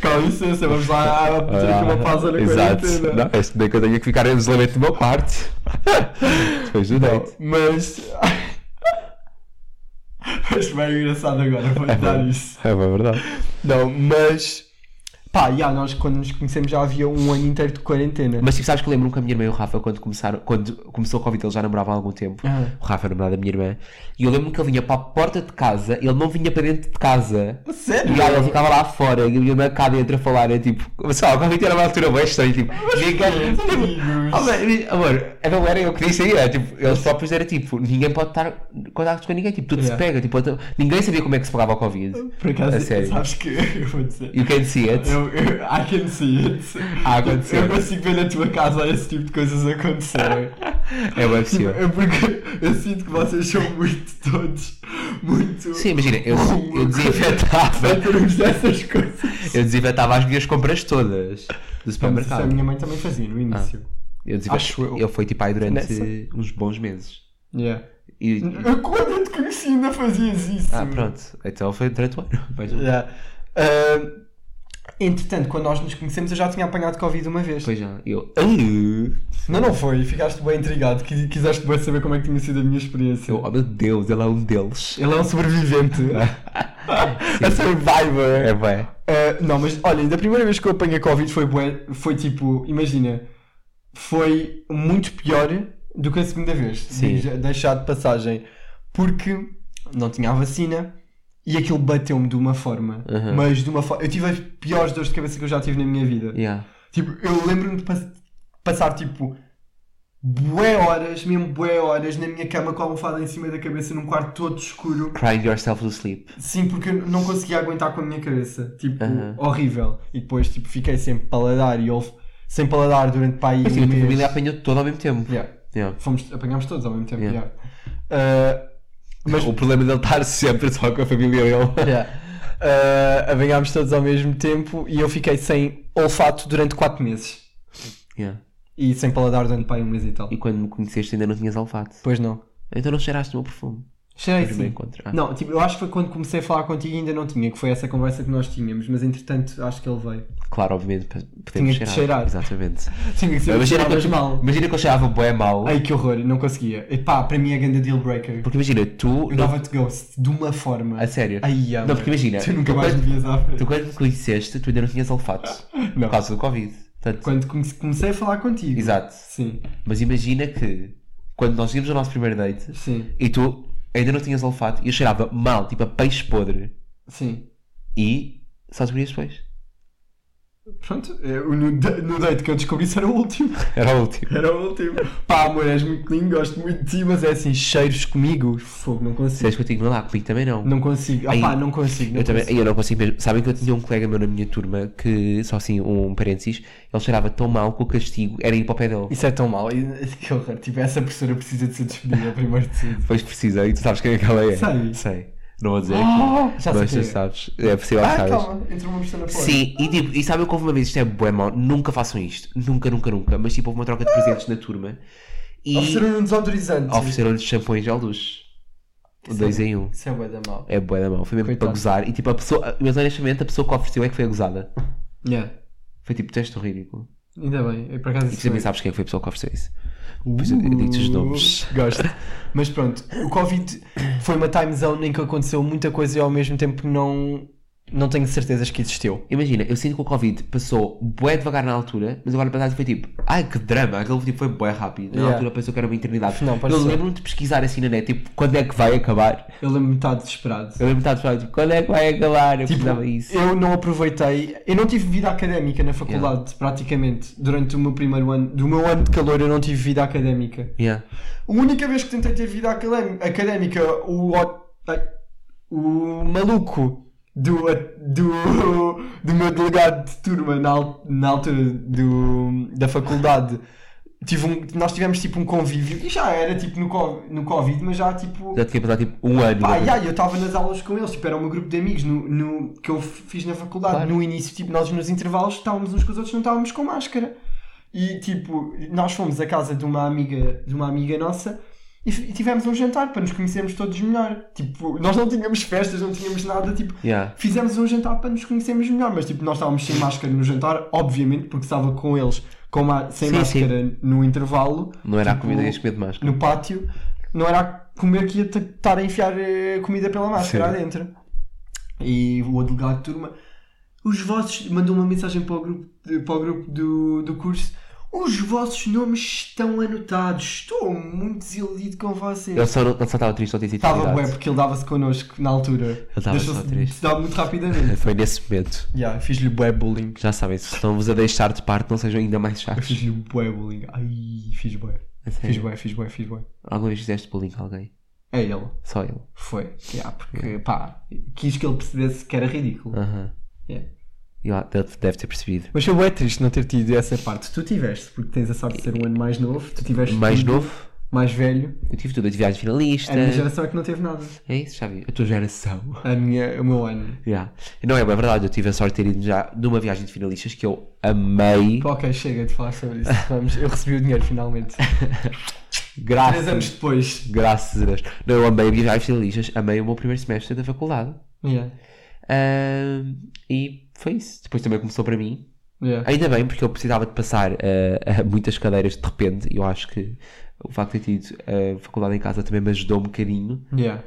B: Com licença, vamos lá ah, ter aqui uma pausa na
A: Exato.
B: quarentena.
A: Não, este daí que eu tenho que ficar em isolamento da minha
B: [LAUGHS]
A: parte. Depois do date.
B: Mas. Mas bem engraçado agora, vou-te dar isso.
A: É uma verdade.
B: Não, mas. Pá, já, nós quando nos conhecemos já havia um ano inteiro de quarentena.
A: Mas tipo, sabes que eu lembro-me que a minha irmã e o Rafa, quando, começaram, quando começou o Covid, eles já namoravam há algum tempo.
B: Ah.
A: O Rafa namorava da minha irmã. E eu lembro-me que ele vinha para a porta de casa, ele não vinha para dentro de casa.
B: Sério?
A: E ela ficava lá fora, e a minha irmã cá dentro a falar, é tipo, mas o Covid era uma altura bem estranha, tipo, ninguém.
B: que ah,
A: tipo,
B: amigos.
A: oh, mas, Amor, não era eu que disse aí, era, tipo, eles próprios era tipo, ninguém pode estar em contacto com ninguém, tipo, tudo
B: Yeah.
A: se pega, tipo, então, ninguém sabia como é que se pagava o Covid.
B: Por acaso,
A: A É sério.
B: sabes que. Eu vou dizer.
A: You can see it.
B: Eu, eu, I can see it.
A: I can see
B: eu
A: it.
B: consigo ver na tua casa esse tipo de coisas acontecerem.
A: É bem
B: Tipo,
A: possível.
B: é porque eu sinto que vocês são muito todos, muito.
A: Sim, imagina, eu, eu
B: Vai
A: desinfetava.
B: ter uns dessas coisas.
A: Eu desinfetava as minhas compras todas do
B: Mas isso a
A: supermercado.
B: minha mãe também fazia
A: Ah.
B: no início.
A: Eu desinfet...
B: Acho eu.
A: Ele foi tipo aí durante
B: Nessa.
A: uns bons meses.
B: Yeah.
A: E...
B: Eu, quando eu te conheci ainda fazias isso.
A: Ah, pronto. Então foi durante o ano. Mas-
B: Yeah. Ah, Entretanto, quando nós nos conhecemos, eu já tinha apanhado Covid uma vez.
A: Pois já, eu.
B: Não, não foi. Ficaste bem intrigado. qui- Quiseste bem saber como é que tinha sido a minha experiência.
A: Eu, oh meu Deus, ele é um deles.
B: Ele é
A: [LAUGHS]
B: um sobrevivente. a survivor.
A: É bem.
B: Uh, não, mas olha, da primeira vez que eu apanhei Covid foi, bué- foi tipo, imagina, foi muito pior do que a segunda vez.
A: Sim.
B: de- Deixar de passagem. Porque não tinha a vacina e aquilo bateu-me de uma forma.
A: Uhum.
B: Mas de uma forma. Eu tive as piores dores de cabeça que eu já tive na minha vida.
A: Yeah.
B: Tipo, eu lembro-me de pas- passar tipo. Bué horas, mesmo bué horas, na minha cama com a almofada em cima da cabeça, num quarto todo escuro.
A: Crying yourself to sleep.
B: Sim, porque eu não conseguia aguentar com a minha cabeça. Tipo,
A: Aham.
B: horrível. E depois, tipo, fiquei sem paladar e houve sem paladar durante para aí
A: Mas sim,
B: um
A: Tipo, a tua
B: mês.
A: família apanhou todo ao mesmo tempo.
B: Yeah.
A: Yeah.
B: Fomos, apanhámos todos ao mesmo tempo.
A: Yeah.
B: yeah. Uh, mas
A: O problema é dele estar sempre só com a família dele.
B: yeah. Uh, apanhámos todos ao mesmo tempo e eu fiquei sem olfato durante 4 meses.
A: Yeah.
B: E sem paladar durante para aí um mês e tal.
A: E quando me conheceste ainda não tinhas olfato.
B: Depois não.
A: Então não cheiraste o meu perfume.
B: Cheirei
A: Mas bem
B: sim.
A: encontro. Ah.
B: Não, tipo, eu acho que foi quando comecei a falar contigo e ainda não tinha, que foi essa conversa que nós tínhamos, mas entretanto acho que ele veio.
A: Claro, obviamente, para
B: Tinha
A: podermos
B: que
A: cheirar.
B: cheirar.
A: Exatamente.
B: Tinha que ser
A: imagina,
B: cheiravas
A: que eu,
B: mal.
A: imagina que eu cheirava bué mal.
B: Ai que horror, não conseguia. Epá, para mim é grande deal breaker.
A: Porque imagina, tu.
B: Eu
A: Não,
B: dava-te ghost de uma forma.
A: a sério.
B: Ai,
A: não,
B: amor.
A: porque imagina.
B: Tu nunca
A: tu
B: mais me
A: quando,
B: vias à frente.
A: é. tu quando me conheceste, tu ainda não tinhas olfato.
B: Não.
A: Por causa do Covid. Portanto,
B: Quando come- comecei a falar contigo.
A: Exato.
B: Sim,
A: Mas imagina que quando nós tínhamos o nosso primeiro date
B: sim,
A: e tu ainda não tinhas olfato e eu cheirava mal, tipo a peixe podre.
B: sim.
A: E só descobrias depois.
B: Pronto, eu, no, de- no date que eu descobri isso era o último. [LAUGHS]
A: Era o último.
B: Era o último. Pá, amor, és muito lindo, gosto muito de ti, mas é assim, cheiros comigo. Fogo, não
A: Se és
B: consigo.
A: contigo, não dá, comigo também não.
B: Não consigo. Ah,
A: Ai,
B: pá, não consigo. Não
A: Eu também,
B: consigo.
A: eu não consigo mesmo. Sabem que eu tinha um colega meu na minha turma que, só assim, um parênteses, ele cheirava tão mal que o castigo era ir para o pé dele.
B: Isso é tão mau. [LAUGHS] e- Que horror. Tipo, essa professora precisa de ser despedida primeiro
A: [LAUGHS]
B: de tudo.
A: Pois precisa, e tu sabes quem é que ela é?
B: Sei.
A: Sei. Não vou dizer
B: Ah,
A: aqui.
B: já sei
A: mas
B: quem
A: tu
B: é.
A: sabes. É possível que
B: Ah,
A: sabes.
B: calma, entrou uma pessoa na porta.
A: Sim, e tipo, e sabem que houve uma vez, isto é bué mau, nunca façam isto, nunca, nunca, nunca, mas tipo, houve uma troca de presentes na turma e
B: Ofereceram um desodorizante.
A: ofereceram-lhes champanhe gel luz. Dois em um.
B: Isso é bué da mal.
A: É bué da mão, foi mesmo para
B: Coitado.
A: gozar e tipo, a pessoa, mas honestamente, a pessoa que ofereceu é que foi a gozada. Foi tipo, teste ridículo.
B: Ainda bem, eu por acaso
A: E tu
B: isso
A: também sabes quem é que foi a pessoa que ofereceu isso. Depois eu eu digo-te os nomes.
B: Gosto. Mas pronto, o Covid foi uma time zone em que aconteceu muita coisa e ao mesmo tempo não, não tenho certezas que existiu.
A: Imagina, eu sinto que o Covid passou bué devagar na altura, mas agora para trás foi tipo, ai que drama, aquele tipo foi bué rápido. Na
B: Yeah.
A: altura pensou que era uma eternidade.
B: Não,
A: eu
B: pareceu.
A: lembro-me de pesquisar assim na net, tipo, quando é que vai acabar?
B: Eu lembro-me de estar desesperado.
A: Eu lembro-me de estar a falar, tipo, quando é que vai acabar? Eu
B: Tipo,
A: precisava isso.
B: eu não aproveitei, eu não tive vida académica na faculdade, praticamente. Durante o meu primeiro ano, do meu ano de calor, eu não tive vida académica.
A: Yeah.
B: A única vez que tentei ter vida académ- académica, o, o, ai, o maluco do, do, [LAUGHS] do meu delegado de turma na, al- na altura do, da faculdade. Tive um, nós tivemos tipo um convívio e já era tipo no, co- no Covid, mas já tipo.
A: Já tinha passado tipo um ano.
B: Pá,
A: né?
B: yeah, eu estava nas aulas com eles, tipo, era o meu grupo de amigos no, no- que eu f- fiz na faculdade.
A: Claro.
B: No início, tipo, nós nos intervalos estávamos uns com os outros, não estávamos com máscara. E tipo, nós fomos à casa de uma amiga, de uma amiga nossa e, f- e tivemos um jantar para nos conhecermos todos melhor. Tipo, nós não tínhamos festas, não tínhamos nada, tipo,
A: Yeah.
B: fizemos um jantar para nos conhecermos melhor, mas tipo, nós estávamos sem máscara no jantar, obviamente, porque estava com eles com ma- sem
A: Sim,
B: máscara no intervalo
A: Não era a
B: Tipo,
A: comida que ias comer de máscara.
B: no pátio, não era a comer que ia t- estar a enfiar eh, comida pela máscara
A: Sim.
B: lá dentro. E o delegado de turma, os vossos, mandou uma mensagem para o grupo, de- para o grupo do, do curso: os vossos nomes estão anotados, estou muito desiludido com vocês.
A: Ele só, não- ele só estava triste, só tinha sido
B: Estava
A: convidado.
B: bué porque ele dava-se connosco na altura.
A: Ele estava só triste.
B: se dar muito rapidamente.
A: Foi nesse momento.
B: [LAUGHS] yeah, Fiz-lhe bué bullying.
A: Já sabem, se estão-vos a deixar de parte, não sejam ainda mais [LAUGHS]
B: Eu
A: chatos.
B: Fiz-lhe bué bullying. Ai, fiz bué.
A: A sério.
B: Fiz bué, fiz bué, fiz bué.
A: Alguma vez fizeste bullying a alguém?
B: É ele.
A: Só ele.
B: Foi. Yeah, porque, pá, quis que ele percebesse que era ridículo.
A: Aham.
B: Yeah.
A: E lá, Ele deve ter percebido.
B: Ah. Mas eu é triste não ter tido essa parte. Tu tiveste, porque tens a sorte de ser um ano mais novo, tu tiveste
A: Mais
B: tudo,
A: novo,
B: mais velho.
A: eu tive tudo. Eu tive viagem finalista.
B: A minha geração é que não teve nada.
A: É isso, já vi. A tua geração.
B: A minha, o meu ano.
A: Yeah. Não é, bem verdade, eu tive a sorte de ter ido já numa viagem de finalistas que eu amei.
B: Ok, chega de falar sobre isso. Vamos, eu recebi o dinheiro [LAUGHS] finalmente. Três
A: Graças,
B: anos depois.
A: graças a Deus. Não, eu amei a viagem de finalistas, amei o meu primeiro semestre da faculdade.
B: Yeah.
A: Ah, Ah, e foi isso. Depois também começou para mim.
B: Yeah.
A: Ainda bem, porque eu precisava de passar ah, [LAUGHS] a muitas cadeiras de repente. E eu acho que o facto de ter tido a faculdade em casa também me ajudou um bocadinho.
B: Yeah.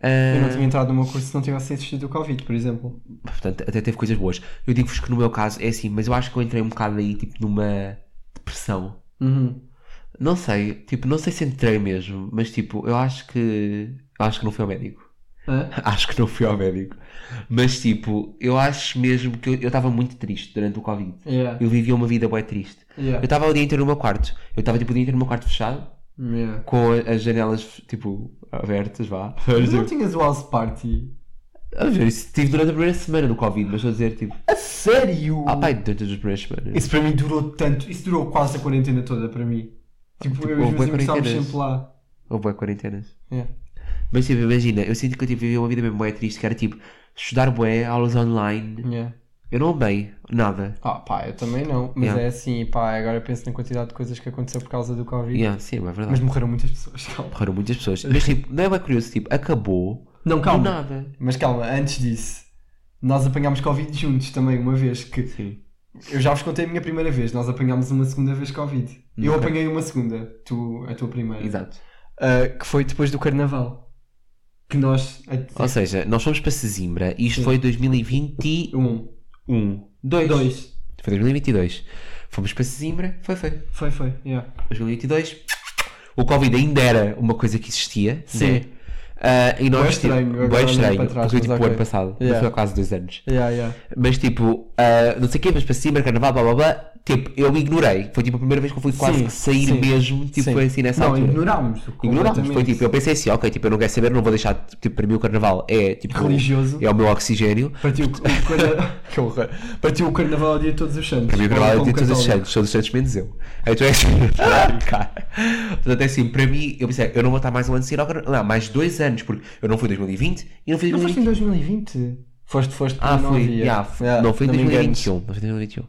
A: Ah,
B: Eu não tinha entrado no meu curso se não tivesse existido o Covid, por exemplo.
A: Portanto, até teve coisas boas. Eu digo-vos que no meu caso é assim, mas eu acho que eu entrei um bocado aí, tipo, numa depressão.
B: Uhum.
A: Não sei, tipo, não sei se entrei mesmo, mas tipo, eu acho que. eu acho que não fui ao médico.
B: Hã?
A: [LAUGHS] Acho que não fui ao médico. Mas tipo, eu acho mesmo que eu eu estava muito triste durante o Covid.
B: Yeah.
A: Eu vivia uma vida bué triste. Eu
B: Yeah.
A: estava o dia inteiro no meu quarto. Eu estava tipo o dia inteiro no meu quarto fechado,
B: Yeah.
A: com a- as janelas, tipo, abertas, vá. [LAUGHS]
B: Mas não tinhas o House Party?
A: A ver, isso tive durante a primeira semana do Covid, mas estou a dizer, tipo,
B: A sério?
A: ah pai, durante as primeiras semanas.
B: Isso para mim durou tanto, isso durou quase a quarentena toda para mim. Tipo, eu e os
A: houve
B: meus amigos estávamos
A: quarentenas.
B: sempre lá.
A: Ou boa quarentenas.
B: Yeah.
A: Mas tipo, imagina, eu sinto que eu tipo, vivi uma vida mesmo bué triste, que era tipo, estudar bué, aulas online.
B: Yeah.
A: Eu não amei nada.
B: Ah, pá, eu também não. Mas
A: Yeah.
B: é assim, pá, agora penso na quantidade de coisas que aconteceu por causa do Covid.
A: Yeah, sim, é verdade.
B: Mas morreram muitas pessoas, [LAUGHS] calma.
A: Morreram muitas pessoas. Mas tipo, não é bem curioso, tipo, acabou
B: Não,
A: do
B: calma.
A: nada.
B: Mas calma, antes disso, nós apanhámos Covid juntos também, uma vez que
A: Sim.
B: eu já vos contei a minha primeira vez, nós apanhámos uma segunda vez Covid. Eu
A: Ok.
B: apanhei uma segunda, tu a tua primeira.
A: Exato.
B: Ah, que foi depois do carnaval. Que nós. a-
A: Ou seja, nós fomos para Sesimbra e isto
B: Sim.
A: foi 2021.
B: Um.
A: Dois.
B: Dois.
A: Foi 2022. Fomos para Sesimbra, foi, foi.
B: Foi, foi. Yeah.
A: 2022. O Covid ainda era uma coisa que existia.
B: Sim.
A: né? Ah, e nós,
B: Bué estranho,
A: tipo,
B: agora
A: bué
B: olhando
A: estranho,
B: para trás,
A: porque eu, tipo,
B: mas
A: o ano
B: ok.
A: passado, mas
B: Yeah.
A: foi há quase dois anos.
B: Yeah, yeah.
A: Mas tipo, ah, não sei o quê, mas para cima, carnaval, blá blá blá. Tipo, eu ignorei. Foi tipo a primeira vez que eu fui quase
B: Sim,
A: que sair
B: sim.
A: mesmo. Tipo,
B: Sim.
A: foi assim nessa
B: não,
A: altura.
B: ignorámos.
A: Ignorámos.
B: completamente.
A: Foi tipo, eu pensei assim, ok, tipo, eu não quero saber, não vou deixar. Tipo, para mim o carnaval é tipo.
B: Religioso.
A: É o meu oxigênio.
B: Partiu o,
A: [LAUGHS]
B: o carna- que horror. Partiu o carnaval ao dia de todos os santos.
A: Para mim o
B: Como-
A: carnaval é
B: como
A: de todos os
B: católico. Ah,
A: santos, todos os santos menos eu. Então é assim. cara. Portanto, é assim, para mim, eu pensei, eu não vou estar mais um ano sem ir ao carnaval. Não, mais dois anos, porque eu não fui em 2020 e não fui em
B: Não
A: 2021.
B: foste em 2020? Foste, foste.
A: Ah,
B: um, não
A: foi.
B: havia.
A: yeah, foi- não foi em
B: me enganes.
A: 2021. Não foi em 2021.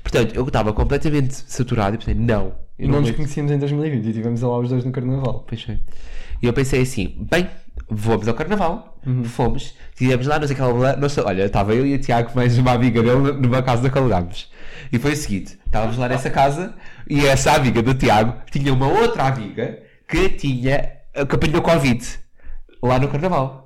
A: Portanto, eu estava completamente saturado e pensei, não.
B: E
A: Eu
B: não nos
A: vou-
B: conhecíamos em 2020 e tivemos lá os dois no carnaval.
A: Pois foi. E eu pensei assim, bem, vamos ao carnaval. Fomos, estivemos lá, não sei aquela. Não sei, olha, estava eu e o Tiago, mais uma amiga dele, numa casa que alugámos. E foi o seguinte: estávamos lá nessa casa e essa amiga do Tiago tinha uma outra amiga que tinha. que apanhou Covid lá no carnaval.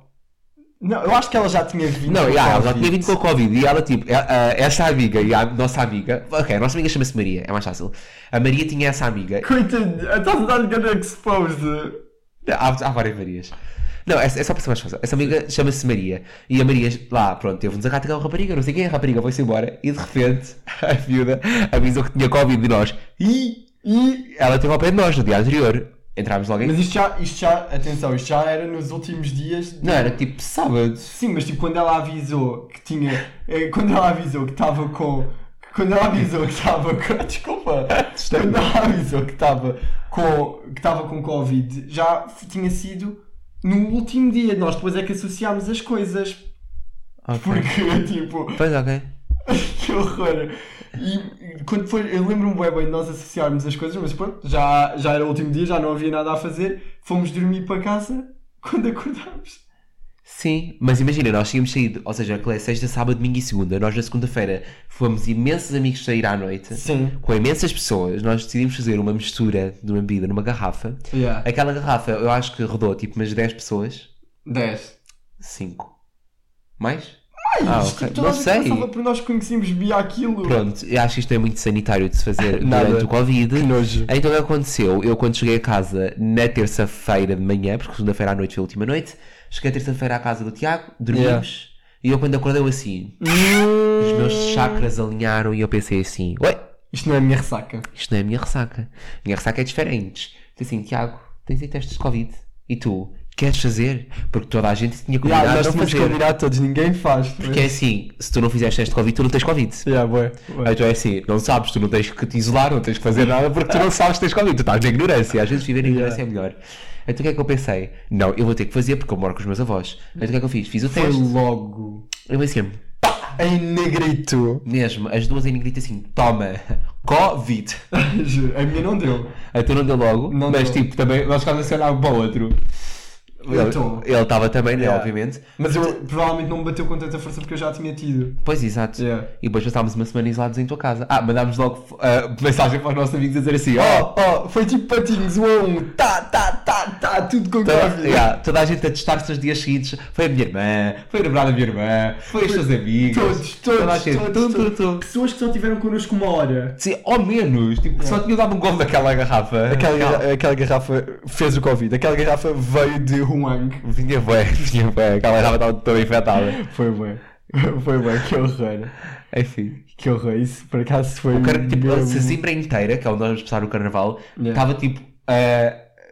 B: Não, eu acho que ela já tinha vindo.
A: Não,
B: com
A: já, ela
B: Covid.
A: já tinha vindo com o Covid e ela, tipo, é- é- essa amiga e a nossa amiga. Ok, a nossa amiga chama-se Maria, é mais fácil. A Maria tinha essa amiga.
B: Coitadinha, estás a dar grande exposed.
A: Há, há várias Marias. Não, é, é só para ser mais fácil. Essa amiga chama-se Maria e a Maria, lá, pronto, teve um desacato com a rapariga, não sei quem, a rapariga foi-se embora e de repente [LAUGHS] a viúda avisou que tinha Covid de nós. E, e ela teve ao pé de nós no dia anterior. Entrámos logo em.
B: Mas isto já, isto já, atenção, isto já era nos últimos dias. de-
A: Não, era tipo sábado.
B: Sim, mas tipo quando ela avisou que tinha. eh, Quando ela avisou que estava com. Quando ela avisou que estava com. [LAUGHS] Desculpa! Quando ela avisou que estava com. que estava com Covid, já f- tinha sido no último dia. Nós depois é que associámos as coisas. Porque, [LAUGHS] tipo,
A: Pois, ok.
B: que horror! E quando foi, eu lembro-me bem, bem de nós associarmos as coisas, mas pronto, já, já era o último dia, já não havia nada a fazer, fomos dormir para casa quando acordámos.
A: Sim, mas imagina, nós tínhamos saído, ou seja, aquela é sexta, sábado, domingo e segunda. Nós na segunda-feira fomos imensos amigos sair à noite,
B: Sim.
A: com imensas pessoas. Nós decidimos fazer uma mistura de uma bebida numa garrafa.
B: Yeah.
A: Aquela garrafa, eu acho que rodou tipo umas 10 pessoas.
B: 10.
A: 5. Mais?
B: Ah,
A: Ah,
B: isto,
A: ok.
B: toda
A: Não
B: a gente
A: sei.
B: passava por nós que conhecíamos Bia aquilo.
A: Pronto, eu acho que isto é muito sanitário de se [LAUGHS] fazer
B: Nada.
A: durante o Covid.
B: nojo.
A: Então o que aconteceu? Eu quando cheguei a casa na terça-feira de manhã, porque segunda-feira à noite foi a última noite, cheguei a terça-feira à casa do Tiago, dormimos, e eu quando acordei eu assim, os meus chakras alinharam e eu pensei assim, ué,
B: Isto não é a minha ressaca.
A: isto não é a minha ressaca. A minha ressaca é diferente. Disse assim, Tiago, tens aí testes de Covid. E tu, queres fazer? Porque toda a gente tinha combinado
B: Yeah, Ah, nós
A: não
B: tínhamos
A: fazer.
B: combinado todos, ninguém faz.
A: Porque é assim, se tu não fizeres teste de Covid, tu não tens Covid.
B: Yeah, bué, bué.
A: Então é assim, não sabes, tu não tens que te isolar, não tens que fazer nada porque tu
B: [LAUGHS]
A: não sabes que tens Covid, tu estás na ignorância, às vezes viver na ignorância é melhor. Então o que é que eu pensei? Não, eu vou ter que fazer porque eu moro com os meus avós. Então o que é que eu fiz? Fiz o
B: Foi um-
A: teste.
B: logo.
A: Eu pensei
B: Em negrito.
A: mesmo, as duas em negrito assim, toma, [LAUGHS]
B: [LAUGHS]
A: Covid.
B: [LAUGHS] a minha não deu.
A: Então não deu logo,
B: Não
A: mas
B: deu.
A: tipo, também nós ficámos a olhar um para o outro.
B: Eu tô.
A: Ele estava também, né,
B: Yeah.
A: obviamente.
B: Mas eu provavelmente não me bateu com tanta força porque eu já tinha tido.
A: Pois, exato.
B: Yeah.
A: E depois passámos uma semana isolados em tua casa. Ah, mandámos logo ah, mensagem para os nossos amigos a dizer assim: ó,
B: Oh, oh, foi tipo patinhos, um a um, tá, tá, tá, tá, tudo com
A: Toda,
B: Covid.
A: yeah, toda a gente a testar-se nos dias seguintes. Foi a minha irmã, foi a namorada da minha irmã, foi os teus amigos.
B: Todos,
A: Toda a
B: todos,
A: gente,
B: todos,
A: tu, tu,
B: todos.
A: tu.
B: Pessoas que só tiveram connosco uma hora.
A: Sim, ao menos, tipo, só tinha dado um gol naquela garrafa.
B: Aquela, garra- aquela É. garrafa fez o Covid, aquela garrafa veio de um Huang.
A: Vinha bem, [LAUGHS] vinha bem, aquela garrafa estava toda infectada.
B: Foi bem, [LAUGHS] foi bem, que horror.
A: Enfim.
B: Que horror, isso por acaso foi.
A: O car- tipo, a
B: mesmo-
A: Sesimbra inteira, que é onde vamos passar o carnaval,
B: Yeah.
A: estava tipo. ah,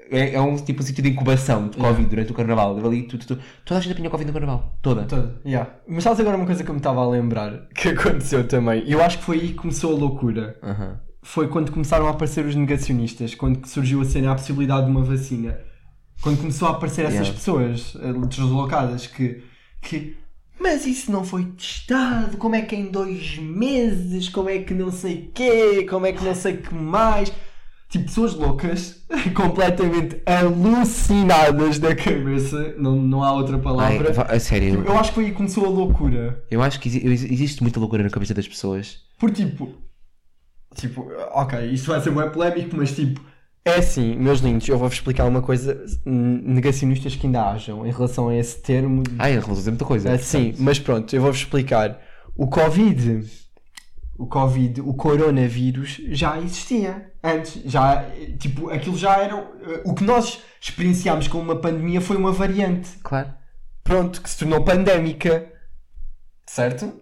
A: é, é um tipo um sítio de incubação de Covid durante o carnaval. Tava Ali, tu, tu, tu. Toda a gente apanhou Covid no carnaval. Toda.
B: Todo, yeah. Mas sabes agora uma coisa que eu me estava a lembrar que [LAUGHS] aconteceu também? Eu acho que foi aí que começou a loucura.
A: Aham.
B: Foi quando começaram a aparecer os negacionistas, quando que surgiu a cena a possibilidade de uma vacina. Quando começou a aparecer essas
A: Yeah.
B: pessoas eh, deslocadas que, que. Mas isso não foi testado, como é que em dois meses, como é que não sei quê, como é que não sei que mais. Tipo, pessoas loucas, [LAUGHS] completamente alucinadas da cabeça, não, não há outra
A: Ai,
B: palavra.
A: va- a sério.
B: Eu acho que foi aí que começou a loucura.
A: Eu acho que exi- exi- existe muita loucura na cabeça das pessoas.
B: Por tipo. Tipo, ok, isto vai ser bem polémico, mas tipo. É assim, meus lindos, eu vou-vos explicar uma coisa. n- Negacionistas que ainda hajam em relação a esse termo.
A: Ai, Ah, ele resolveu muita coisa.
B: É, sim, mas pronto, eu vou-vos explicar. O Covid. O Covid, o coronavírus já existia antes. Já, eh, tipo, aquilo já era. eh, O que nós experienciámos como uma pandemia foi uma variante.
A: Claro.
B: Pronto, que se tornou pandémica. Certo?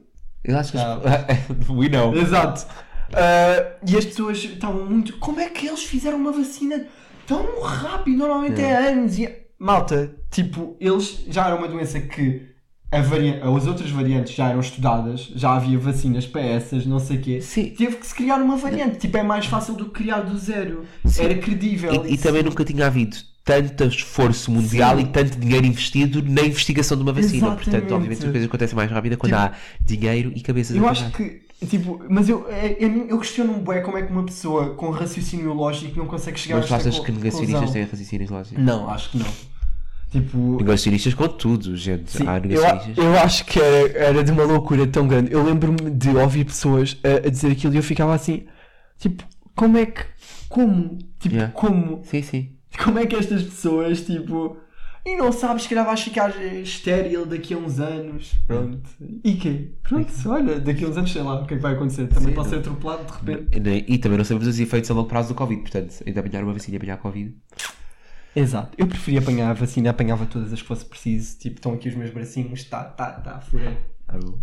A: Eu acho que.
B: Não. [LAUGHS]
A: as- Ah, We know.
B: Exato. Ah, e as pessoas estavam muito. Como é que eles fizeram uma vacina tão rápido? Normalmente é, anos. E... Malta, tipo, eles já era uma doença que a varia- as outras variantes já eram estudadas, já havia vacinas para essas, não sei o quê.
A: Sim.
B: Teve que se criar uma variante. Tipo, é mais fácil do que criar do zero.
A: Sim.
B: Era credível.
A: E, e
B: isso.
A: também nunca tinha havido tanto esforço mundial
B: Sim.
A: e tanto dinheiro investido na investigação de uma vacina.
B: Exatamente.
A: Portanto, obviamente, as coisas acontecem mais rápida quando
B: Tipo-
A: há dinheiro e cabeças
B: Eu
A: a
B: acho
A: trabalhar.
B: que, tipo, mas eu, é- eu, eu questiono um bué como é que uma pessoa com raciocínio lógico não consegue chegar
A: Mas
B: a
A: tu
B: esta
A: achas
B: co-
A: que
B: conclusão.
A: negacionistas têm raciocínios lógicos?
B: Não, acho que não. Tipo,
A: Negacionistas com tudo, gente.
B: Sim,
A: há
B: eu, a-
A: negacionistas.
B: eu acho que era, era de uma loucura tão grande. Eu lembro-me de ouvir pessoas a, a dizer aquilo e eu ficava assim, tipo, como é que. Como? Tipo,
A: Yeah.
B: como?
A: Sim, sim.
B: Como é que estas pessoas, tipo. E não sabes que vais ficar eh, estéril daqui a uns anos. Pronto. E quê? Pronto, olha, daqui a uns anos sei lá o que é que vai acontecer. Também
A: Sim,
B: posso ser
A: não-
B: atropelado de repente.
A: E também não sabemos os efeitos a longo prazo do Covid, portanto, ainda apanhar uma vacina e apanhar Covid.
B: Exato. Eu preferia apanhar a vacina, apanhava todas as que fosse preciso. Tipo, estão aqui os meus bracinhos, tá, tá, tá, furei.
A: Ah, bom.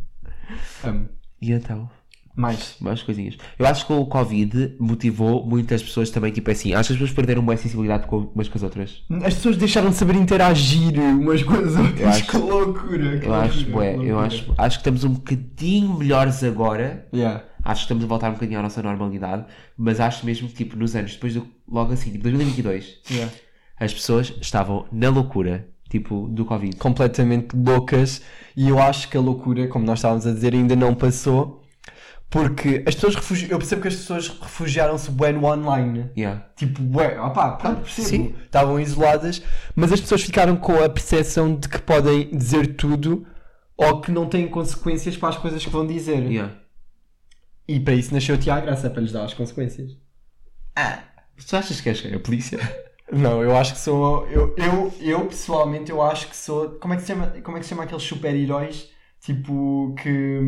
B: Amo.
A: E então?
B: Mais.
A: mais coisinhas. Eu acho que o Covid motivou muitas pessoas também, tipo assim, acho que as pessoas perderam uma sensibilidade com umas com as outras.
B: As pessoas deixaram de saber interagir umas com as outras.
A: Eu acho-
B: que loucura! que
A: Eu acho,
B: loucura,
A: bué,
B: que
A: eu
B: loucura.
A: acho, acho que estamos um bocadinho melhores agora.
B: Yeah.
A: Acho que estamos a voltar um bocadinho à nossa normalidade, mas acho mesmo que, tipo, nos anos depois do, logo assim, tipo 2022,
B: Yeah.
A: as pessoas estavam na loucura, tipo, do Covid.
B: Completamente loucas. E eu acho que a loucura, como nós estávamos a dizer, ainda não passou. Porque as pessoas refugi... Eu percebo que as pessoas refugiaram-se bué no online.
A: Yeah.
B: Tipo, bué, opá, pronto,
A: Sim.
B: percebo. Estavam isoladas, mas as pessoas ficaram com a percepção de que podem dizer tudo ou que não têm consequências para as coisas que vão dizer.
A: Yeah.
B: E para isso nasceu o Tiago Graça, para lhes dar as consequências.
A: Tu achas que és a polícia?
B: Não, eu acho que sou. Eu, eu, eu pessoalmente eu acho que sou. Como é que se chama, como é que se chama aqueles super-heróis? Tipo que.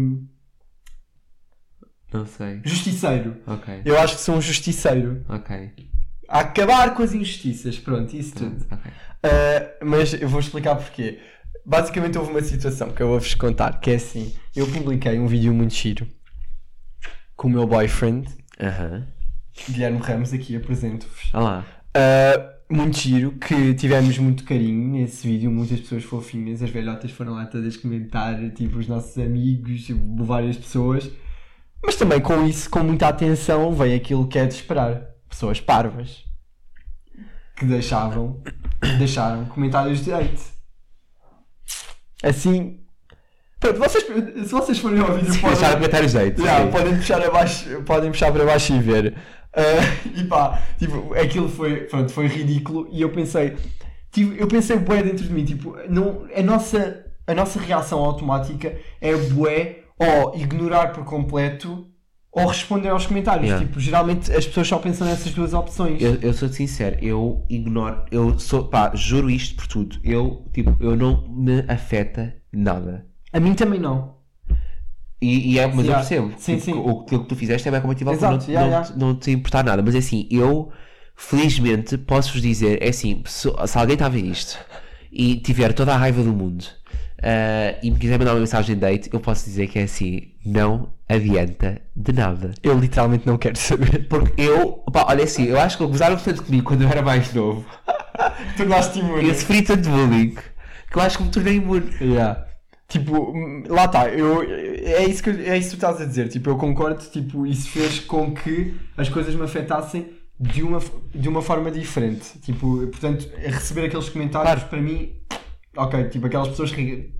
A: Não sei.
B: Justiceiro.
A: Ok.
B: Eu acho que sou um justiceiro.
A: Ok.
B: A acabar com as injustiças, pronto, isso tudo.
A: Ok.
B: Ah, mas eu vou explicar porquê. Basicamente houve uma situação que eu vou-vos contar, que é assim. Eu publiquei um vídeo muito giro com o meu boyfriend,
A: Aham.
B: Guilherme Ramos, aqui apresento-vos.
A: Olha lá.
B: Uh, muito giro, que tivemos muito carinho nesse vídeo, muitas pessoas fofinhas, as velhotas foram lá todas comentar, tipo, os nossos amigos, várias pessoas. Mas também com isso, com muita atenção, veio aquilo que é de esperar. Pessoas parvas. Que deixavam, deixaram comentários de hate. Assim... Pronto, vocês, se vocês forem ao vídeo... podem-
A: Deixar comentários jeito.
B: Yeah,
A: sim.
B: podem, puxar abaixo, podem puxar para baixo e Eh, ver. Ah, e pá, tipo, aquilo foi, pronto, foi ridículo. E eu pensei, Tipo, eu pensei bué dentro de mim, tipo, não, a, nossa, a nossa reação automática é bué ou ignorar por completo ou responder aos comentários.
A: Yeah.
B: Tipo, geralmente as pessoas só pensam nessas duas opções.
A: Eu, eu sou sincero, eu ignoro, eu sou, pá, juro isto por tudo. Eu, tipo, eu não me afeta nada.
B: A mim também não.
A: E, e é, mas
B: Yeah.
A: eu percebo.
B: Sim,
A: tipo,
B: sim.
A: O, aquilo que tu fizeste é bem compatível com
B: Exato,
A: não,
B: yeah,
A: não,
B: yeah.
A: te- não te importar nada. Mas assim, eu felizmente posso-vos dizer, é assim, se, se alguém está a ver isto e tiver toda a raiva do mundo ah, e me quiser mandar uma mensagem de date, eu posso dizer que é assim, não adianta de nada.
B: Eu literalmente não quero saber.
A: Porque eu, pá, olha assim, eu acho que gozaram tanto comigo quando eu era mais novo.
B: Tornaste
A: Eu
B: imune.
A: sofri tanto bullying que eu acho que me tornei imune.
B: Yeah. Tipo, hum, lá está, eu, é, isso que, eu- é isso que tu estás a dizer. Tipo, eu concordo, tipo, isso fez com que as coisas me afetassem de uma, f- de uma forma diferente. Tipo, portanto, receber aqueles comentários para mim, ok, tipo, aquelas pessoas que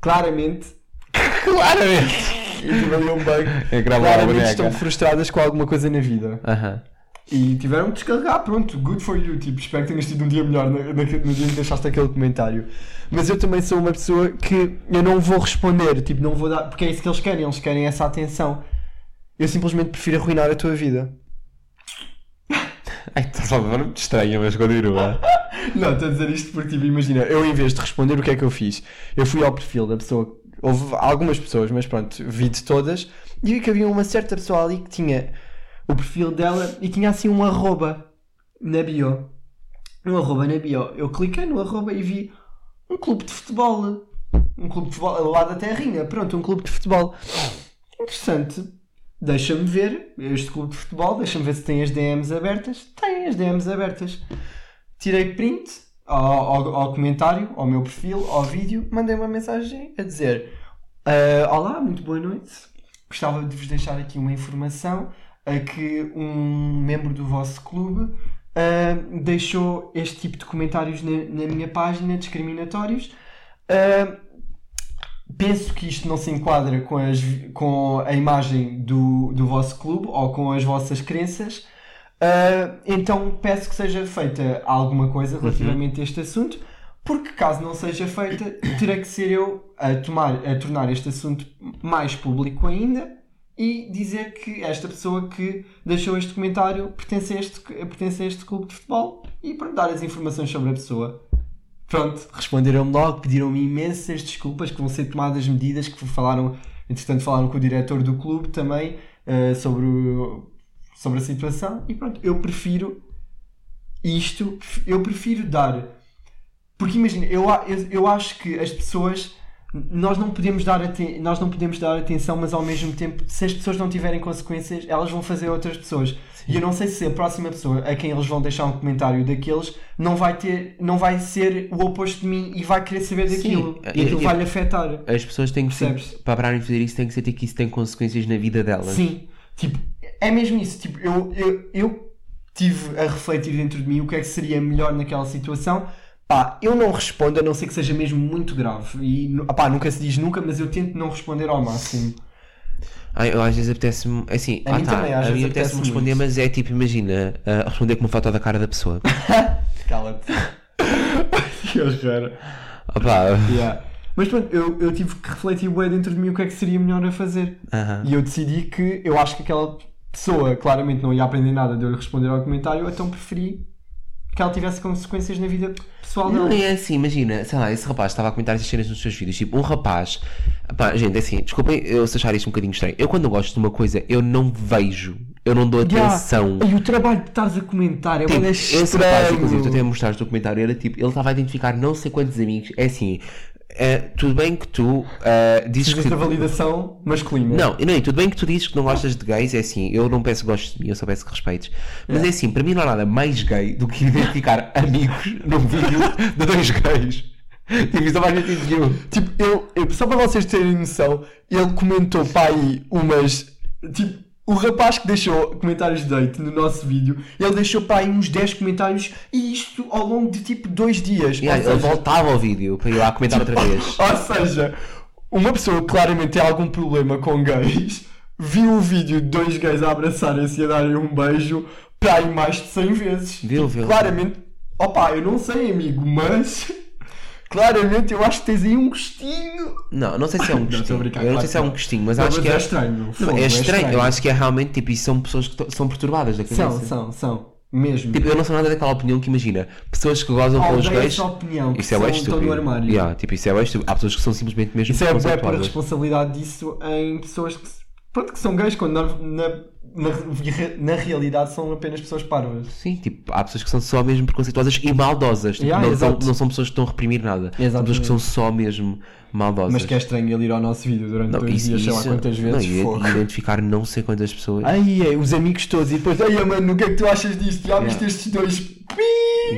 B: claramente
A: [LAUGHS] Claramente!
B: eu tive ali um bug,
A: É gravar a
B: claramente
A: boneca.
B: estão frustradas com alguma coisa na vida.
A: Aham.
B: E tiveram que descarregar, pronto, good for you. Tipo, espero que tenhas tido um dia melhor na- naque- no dia em que deixaste aquele comentário. Mas eu também sou uma pessoa que eu não vou responder, tipo, não vou dar. Porque é isso que eles querem, eles querem essa atenção. Eu simplesmente prefiro arruinar a tua vida.
A: Ai, estás a me estranha, mas continua.
B: Não, estou a dizer isto porque, tipo, imagina, eu em vez de responder, o que é que eu fiz? Eu fui ao perfil da pessoa, houve algumas pessoas, mas pronto, vi de todas, e vi que havia uma certa pessoa ali que tinha o perfil dela e tinha assim um arroba na bio. Um arroba na bio. Eu cliquei no arroba e vi um clube de futebol. Um clube de futebol lá da Terrinha, pronto, um clube de futebol. Interessante. Deixa-me ver este clube de futebol, deixa-me ver se tem as DMs abertas. Tem as DMs abertas tirei print ao, ao- ao comentário, ao meu perfil, ao vídeo, mandei uma mensagem a dizer: "Ah, Olá, muito boa noite. Gostava de vos deixar aqui uma informação a que um membro do vosso clube ah, deixou este tipo de comentários na, na minha página, discriminatórios. Ah, penso que isto não se enquadra com, as, com a imagem do, do vosso clube ou com as vossas crenças. Ah, então peço que seja feita alguma coisa relativamente a este assunto, porque caso não seja feita, [COUGHS] terá que ser eu a, tomar, a tornar este assunto mais público ainda e dizer que esta pessoa que deixou este comentário pertence a este, pertence a este clube de futebol e pronto, dar as informações sobre a pessoa. Pronto, responderam-me logo, pediram-me imensas desculpas que vão ser tomadas medidas que falaram, entretanto falaram com o diretor do clube também eh, sobre, o- sobre a situação e pronto, eu prefiro isto, eu prefiro dar porque imagina, eu, a- eu, eu acho que as pessoas nós não podemos dar aten- nós não podemos dar atenção, mas ao mesmo tempo, se as pessoas não tiverem consequências, elas vão fazer a outras pessoas. E eu não sei se a próxima pessoa a quem eles vão deixar um comentário daqueles não vai ter, não vai ser o oposto de mim e vai querer saber
A: Sim,
B: daquilo. e
A: eu-
B: aquilo
A: eu-
B: vai lhe afetar.
A: As pessoas têm que sempre,
B: Percebes?
A: para pararem de fazer isso, têm que sentir que isso tem consequências na vida delas.
B: Sim, tipo, é mesmo isso. Tipo, eu, eu, eu tive a refletir dentro de mim o que é que seria melhor naquela situação. Pá, eu não respondo a não ser que seja mesmo muito grave. E nu- pá, nunca se diz nunca, mas eu tento não responder ao máximo.
A: Ai, eu às vezes apetece-me. Assim,
B: A
A: lá
B: mim
A: tá,
B: também,
A: a
B: às vezes
A: mim apetece-me
B: apetece-me
A: responder,
B: muito.
A: mas é tipo, imagina, ah, responder com uma foto da cara da [LAUGHS] pessoa. [LAUGHS]
B: Cala-te. que horror.
A: Opa,
B: Yeah. Mas pronto, eu, eu tive que refletir bem dentro de mim o que é que seria melhor a fazer.
A: aham.
B: E eu decidi que eu acho que aquela pessoa claramente não ia aprender nada de eu lhe responder ao comentário, então preferi que ela tivesse consequências na vida pessoal dela.
A: Não é assim, imagina, sei lá, esse rapaz estava a comentar essas cenas nos seus vídeos. Tipo, um rapaz. Pá, gente, é assim, desculpem eu se achar isto um bocadinho estranho. Eu, quando gosto de uma coisa, eu não vejo, eu não dou
B: Ya,
A: atenção.
B: E o trabalho de estares a comentar é
A: Tipo,
B: uma
A: esse rapaz, inclusive, tu até me mostraste o documentário, era tipo, ele estava a identificar não sei quantos amigos. É assim, eh, tudo bem que tu eh, dizes que.
B: Fizeste a validação masculina.
A: Não, não, e tudo bem que tu dizes que não gostas de gays, é assim, eu não peço que gostes de mim, eu só peço que respeites. Mas é assim, para mim não há nada mais gay do que
B: [LAUGHS]
A: identificar amigos num vídeo de dois gays. Tipo, isso não faz sentido nenhum.
B: Tipo, eu, eu- só para vocês terem noção, ele comentou para aí umas. Tipo, o rapaz que deixou comentários de date no nosso vídeo, ele deixou para aí uns 10 comentários e isto ao longo de tipo dois dias.
A: Yeah,
B: Ou
A: ele
B: seja-
A: voltava ao vídeo para ir lá comentar
B: Tipo,
A: outra vez.
B: [LAUGHS] Ou seja, uma pessoa que claramente tem algum problema com gays viu o vídeo de dois gays a abraçarem-se e a darem um beijo para aí mais de 100 vezes.
A: Viu,
B: Tipo,
A: viu.
B: Claramente Opa, eu não sei, amigo, mas. [LAUGHS] Claramente eu acho que tens aí um gostinho.
A: Não, não sei se é um
B: Não, estou a
A: gostinho.
B: brincar,
A: eu não
B: claro
A: sei se é
B: que
A: um
B: não.
A: gostinho, mas
B: Não,
A: acho
B: mas
A: que é.
B: é estranho, meu.
A: Não,
B: Fogo,
A: é
B: é
A: estranho.
B: estranho.
A: Eu acho que é realmente tipo, isso são pessoas que to- são perturbadas da cabeça.
B: São, são, são. Mesmo.
A: Tipo, eu não sou nada daquela opinião que imagina. Pessoas que gozam com os
B: Odeio
A: gays.
B: essa opinião, que
A: Isso é
B: são-
A: bué
B: estão
A: estúpido.
B: no armário.
A: Yeah, tipo, isso é bué estúpido. Há pessoas que são simplesmente mesmo
B: Isso é bué por a
A: preconceituosas.
B: responsabilidade disso em pessoas que, pronto, que são gays quando na, na, na, na realidade são apenas pessoas parvas.
A: Sim, tipo, há pessoas que são só mesmo preconceituosas e maldosas. Tipo,
B: Yeah,
A: não, são,
B: exato.
A: não são pessoas que estão a reprimir nada. São pessoas
B: Exatamente.
A: que são só mesmo maldosas.
B: Mas que é estranho ele ir ao nosso vídeo durante
A: não,
B: dois
A: isso,
B: dias, sei lá
A: isso-
B: quantas
A: não,
B: vezes.
A: e- é
B: fogo.
A: e identificar não sei quantas pessoas.
B: Ai, é, os amigos todos, e depois, ai, mano, o que é que tu achas disto? Já viste
A: Yeah.
B: estes dois? Pi!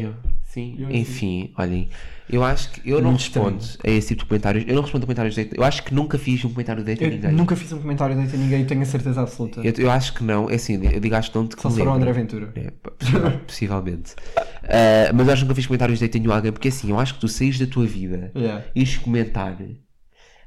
A: Eu- Sim,
B: Eu-
A: enfim, olhem, eu acho que eu não
B: Muito
A: respondo a esse tipo de comentários. Eu não respondo a comentários de Eu acho que nunca fiz um comentário de hate a
B: Eu
A: ninguém.
B: nunca fiz um comentário date a ninguém, tenho a certeza absoluta.
A: Eu, eu acho que não, é assim, eu digo acho que não de que
B: Só
A: me
B: se for o
A: lembro.
B: André Ventura.
A: É, pá, possivel- possivelmente. Ah, mas eu acho que nunca fiz comentários de hate a nenhum alguém, porque assim, eu acho que tu saís da tua vida
B: Yeah.
A: e ires comentar.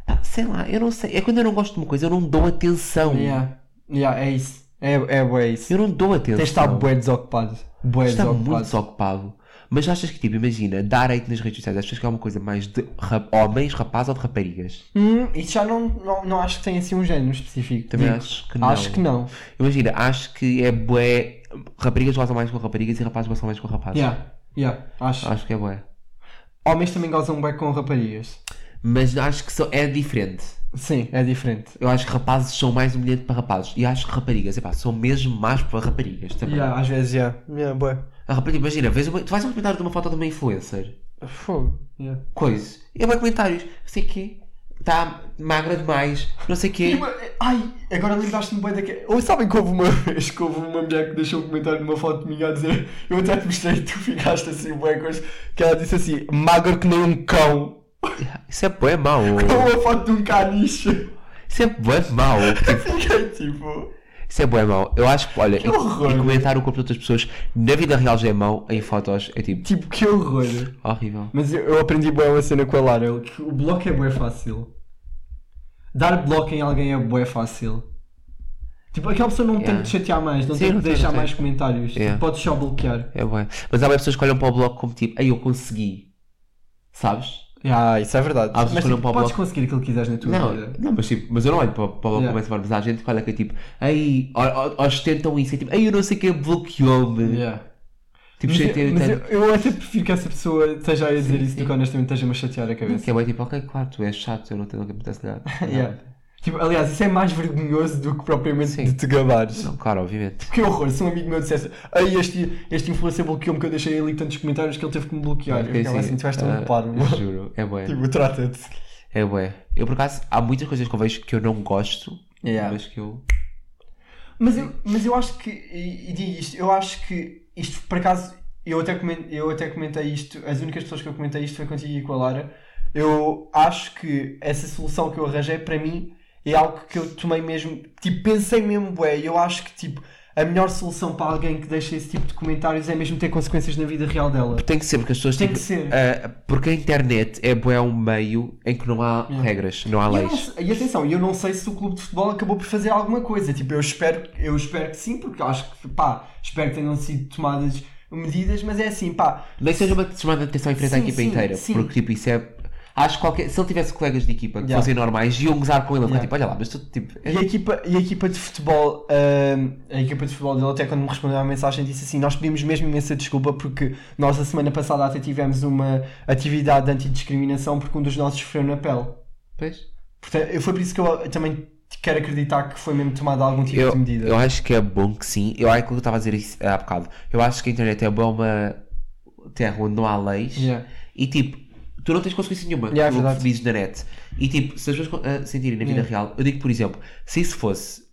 A: pá, sei lá, eu não sei. É quando eu não gosto de uma coisa, eu não dou atenção.
B: Yeah. Yeah, é isso. É, é bué isso.
A: Eu não dou atenção.
B: Tens de estar bué desocupado. Bué
A: está muito
B: desocupado.
A: desocupado. Mas achas que, tipo, imagina, dar hate nas redes sociais, achas que é uma coisa mais de ra- homens, rapazes ou de raparigas?
B: Hum, isso já não, não, não acho que tem assim um género específico.
A: Também
B: Digo,
A: acho que não.
B: Acho que não.
A: Imagina, acho que é bué. Raparigas gostam mais com raparigas e rapazes gostam mais com rapazes.
B: Yeah, yeah, acho.
A: Acho que é bué.
B: Homens também gozam bem com raparigas.
A: Mas acho que só é diferente.
B: Sim, é diferente.
A: Eu acho que rapazes são mais humilhantes para rapazes. E acho que raparigas, epá, são mesmo mais para raparigas também.
B: Yeah, às vezes, yeah. Yeah, bué.
A: A rapariga, imagina, vês uma- tu vais a um comentário de uma foto de uma influencer.
B: Fogo. Yeah.
A: Coisa. E é bué comentários. Não sei o quê. Está magra demais. Não sei o quê.
B: E uma- Ai, agora lembraste-me bem daquele. Ou sabem que houve uma [LAUGHS] vez que houve uma mulher que deixou um comentário numa foto minha a dizer eu até te mostrei tu ficaste assim, bué com as-" que ela disse assim, magro que nem um cão. [LAUGHS]
A: Isso é bué mau.
B: Com uma foto de um caniche.
A: Isso é bué mau. Tipo,
B: [LAUGHS] Fiquei tipo.
A: Isso é bué mau. Eu acho que, olha, e,
B: horror,
A: e comentar o corpo de outras pessoas na vida real já é mau, em fotos é tipo,
B: Tipo, que horror.
A: horrível.
B: Mas eu, eu aprendi bem uma cena com a Lara, que o bloco é bué fácil. Dar bloco em alguém é bué fácil. Tipo, aquela pessoa não tem
A: Yeah.
B: que te chatear mais, não
A: Sim,
B: tem
A: não
B: que
A: tem,
B: deixar
A: não tem.
B: mais comentários.
A: Yeah.
B: Tipo, podes só bloquear.
A: É bué. Mas há bué pessoas que olham para o blog como tipo, ei, eu consegui. Sabes?
B: Ah, isso é verdade.
A: Há pessoas
B: mas
A: que olham
B: tipo,
A: para o
B: podes
A: bloco-
B: conseguir aquilo que quiseres na tua
A: Não,
B: vida.
A: não mas, tipo, mas eu não olho para, para o blog
B: Yeah.
A: como é que mas há gente que olha que é tipo, ei, o- o- ostentam isso, é tipo, ei, eu não sei quem bloqueou-me. Tipo,
B: Mas,
A: chateia
B: mas eu,
A: tanto.
B: eu até prefiro que essa pessoa esteja aí a dizer isso do
A: sim.
B: que honestamente esteja-me a chatear a cabeça.
A: Que é bué tipo, ok, claro, tu és chato, eu não tenho o que acontece nada.
B: [LAUGHS] Yeah. Tipo, aliás, isso é mais vergonhoso do que propriamente
A: Sim.
B: de te gabares.
A: Não, claro, obviamente.
B: Que horror, se um amigo meu dissesse Ai, este, este influencer bloqueou-me que eu deixei ali tantos comentários que ele teve que me bloquear. Eu
A: Porque,
B: ficava assim, tu és
A: ah,
B: tão
A: [LAUGHS]
B: parvo.
A: eu Juro, é bué.
B: Tipo, trata-te.
A: É bué. Eu por acaso, há muitas coisas que eu vejo que eu não gosto,
B: Yeah.
A: mas que eu.
B: Mas eu, mas eu acho que, e, e digo isto, eu acho que isto, por acaso, eu até, comen- eu até comentei isto, as únicas pessoas que eu comentei isto foi contigo e com a Lara. Eu acho que essa solução que eu arranjei para mim é algo que eu tomei mesmo, tipo, pensei mesmo, bué, eu acho que, tipo, a melhor solução para alguém que deixa esse tipo de comentários é mesmo ter consequências na vida real dela.
A: Tem que ser, porque as pessoas
B: Tem
A: tipo,
B: que ser.
A: ah, porque a internet é bué um meio em que não há regras, não há
B: E, eu não
A: leis.
B: sei- e atenção, eu não sei se o clube de futebol acabou por fazer alguma coisa. Tipo, eu espero, eu espero que sim, porque acho que, pá, espero que tenham sido tomadas medidas, mas é assim, pá.
A: Nem que seja uma chamada de atenção em frente à
B: Sim,
A: equipa
B: sim,
A: inteira,
B: sim.
A: porque tipo, isso é. Acho que qualquer. Se ele tivesse colegas de equipa que
B: Yeah.
A: fossem normais, iam gozar com ele.
B: Yeah.
A: Yeah. Tipo, olha lá, mas tu tipo.
B: E a equipa, e a equipa de futebol, hum, a equipa de futebol dele até quando me respondeu à mensagem disse assim, nós pedimos mesmo imensa desculpa porque nós a semana passada até tivemos uma atividade de antidiscriminação porque um dos nossos sofreu na pele.
A: Pois.
B: Portanto, eu- foi por isso que eu também quero acreditar que foi mesmo tomada algum tipo
A: Eu,
B: de medida.
A: eu acho que é bom que sim. Eu acho que eu estava a dizer isso eh, há bocado. Eu acho que a internet é bom uma terra onde não há leis.
B: Yeah.
A: E tipo, tu não tens consequência nenhuma
B: Yeah, é
A: do que
B: verdade.
A: dizes na net. E tipo, se as pessoas con- ah, sentirem na vida
B: Yeah.
A: real, eu digo, por exemplo, se isso fosse.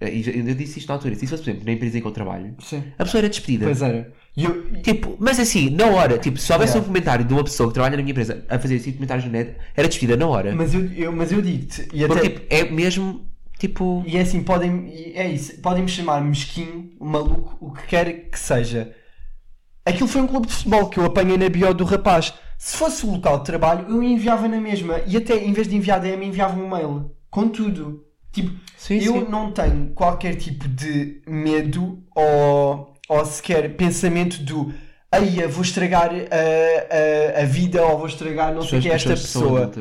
A: ah, e já- Eu disse isto na altura, se isso fosse, por exemplo, na empresa em que eu trabalho,
B: Sim.
A: a pessoa era despedida.
B: Pois é. era. E eu,
A: Tipo, mas assim, na hora, tipo, se houvesse
B: Yeah.
A: um comentário de uma pessoa que trabalha na minha empresa a fazer assim comentários na net, era despedida na hora.
B: Mas eu, eu- mas eu digo-te, e até.
A: Porque tipo, é mesmo tipo.
B: E é assim, podem. e É isso, podem-me chamar mesquinho, maluco, o que quer que seja. Aquilo foi um clube de futebol que eu apanhei na bio do rapaz. Se fosse o local de trabalho, eu enviava na mesma. E até, em vez de enviar DM, enviava um mail. Com tudo. Tipo,
A: Sim,
B: eu
A: sim.
B: não tenho qualquer tipo de medo ou, ou sequer pensamento do Aí vou estragar a, a, a vida ou vou estragar não sei o que é esta pessoa.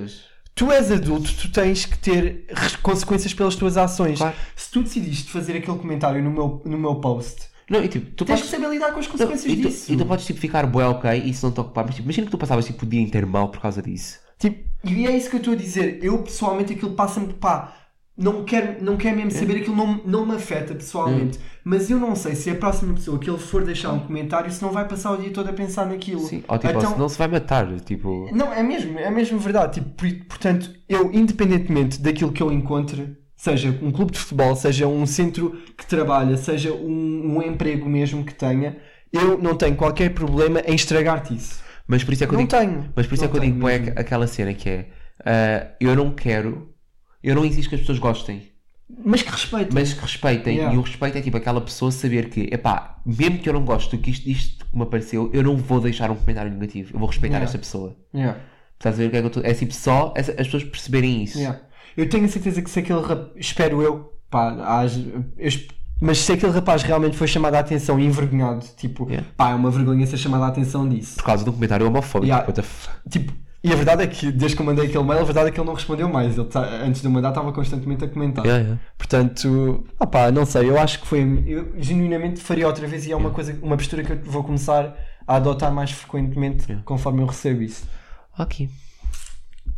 B: Tu és adulto, tu tens que ter res- consequências pelas tuas ações.
A: Claro.
B: Se tu decidiste fazer aquele comentário no meu, no meu post,
A: Não, e tipo, tu
B: tens
A: podes...
B: que saber lidar com as
A: Não,
B: consequências
A: e, tu,
B: disso.
A: e tu podes tipo, ficar bué ok e isso não te ocupar, mas tipo, imagina que tu passavas tipo, o dia inteiro mal por causa disso.
B: Tipo, e é isso que eu estou a dizer. Eu pessoalmente aquilo passa-me pá. Não quero, não quero
A: É.
B: mesmo saber, aquilo não, não me afeta pessoalmente. Mas eu não sei se a próxima pessoa que ele for deixar um comentário se não vai passar o dia todo a pensar naquilo.
A: Sim. Ou tipo,
B: Então-
A: ou senão se vai matar, tipo...
B: Não, é mesmo, é mesmo verdade. Tipo, por- portanto, eu, independentemente daquilo que eu encontre, seja um clube de futebol, seja um centro que trabalha, seja um, um emprego mesmo que tenha, eu não tenho qualquer problema em estragar-te isso.
A: Mas por isso é que eu
B: Não
A: digo...
B: tenho.
A: Mas por isso
B: Não
A: é que eu digo
B: tenho
A: bué
B: mesmo.
A: aqu- aquela cena que é... ah, eu não quero... Eu não insisto que as pessoas gostem,
B: Mas que respeito.
A: mas que respeitem.
B: Yeah.
A: E o respeito é tipo aquela pessoa saber que, epá, mesmo que eu não gosto do que isto, isto que me apareceu, eu não vou deixar um comentário negativo. Eu vou respeitar
B: Yeah.
A: esta pessoa.
B: Yeah,
A: Estás a ver o que é que eu estou. É tipo só essa- as pessoas perceberem isso.
B: yeah. Eu tenho a certeza que se aquele rapaz. Espero eu. Pá, às- eu esp- mas se aquele rapaz realmente foi chamado a atenção e envergonhado, tipo,
A: Yeah.
B: pá, é uma vergonha ser chamado a atenção disso.
A: Por causa de um comentário homofóbico.
B: Yeah.
A: What the f-
B: Tipo, e a verdade é que desde que eu mandei aquele mail, a verdade é que ele não respondeu mais. Ele tá- antes de eu mandar estava constantemente a comentar.
A: Yeah, yeah.
B: Portanto, opá, não sei, eu acho que foi. Eu genuinamente faria outra vez e é uma coisa, uma postura que eu vou começar a adotar mais frequentemente conforme eu recebo isso.
A: Ok.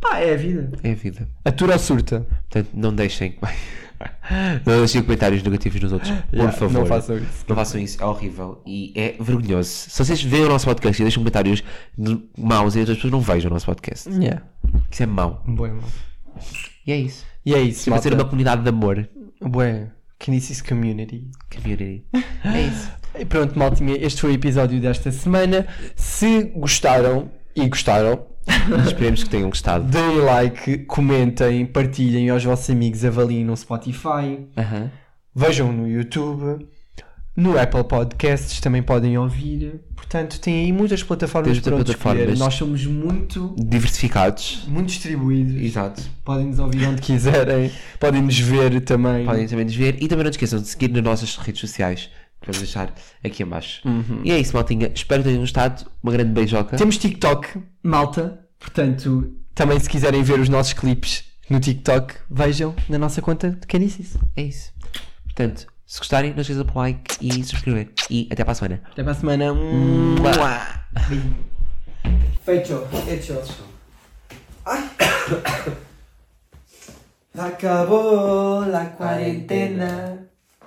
B: Pá, é a vida.
A: É a vida.
B: Atura ou surta?
A: Portanto, não deixem. [LAUGHS] não deixem comentários negativos nos outros. Por
B: Yeah,
A: favor.
B: Não façam isso.
A: Não façam isso, é horrível e é vergonhoso. Se vocês veem o nosso podcast e deixam comentários de- maus e as pessoas não vejam o nosso podcast,
B: Yeah.
A: isso é mau.
B: Bué, mano.
A: E é isso.
B: E é isso,
A: Vai ser
B: malta.
A: uma comunidade de amor.
B: Bué. Kinesis Community.
A: Community. É isso.
B: E pronto, maltinha, este foi o episódio desta semana. Se gostaram e gostaram,
A: [LAUGHS] Esperemos que tenham gostado.
B: Deem like, comentem, partilhem aos vossos amigos, avaliem no Spotify,
A: Aham.
B: vejam no YouTube, no Apple Podcasts também podem ouvir. Portanto, tem aí muitas plataformas
A: Temos
B: para onde
A: plataformas.
B: escolher. Nós somos muito,
A: Diversificados.
B: muito distribuídos.
A: Exato.
B: Podem nos ouvir onde quiserem, podem nos ver também.
A: Podem também nos ver e também não te esqueçam de seguir nas nossas redes sociais, que vamos deixar aqui abaixo. E é isso, maltinha. Espero que tenham gostado. Uma grande beijoca.
B: Temos TikTok, malta. Portanto, também se quiserem ver os nossos clipes no TikTok, vejam na nossa conta de Canicis.
A: É isso. Portanto, se gostarem, não esqueçam de pôr like e subscrever. E até para a semana.
B: Até para a semana. Feito, hecho. Ay. Acabó la cuarentena.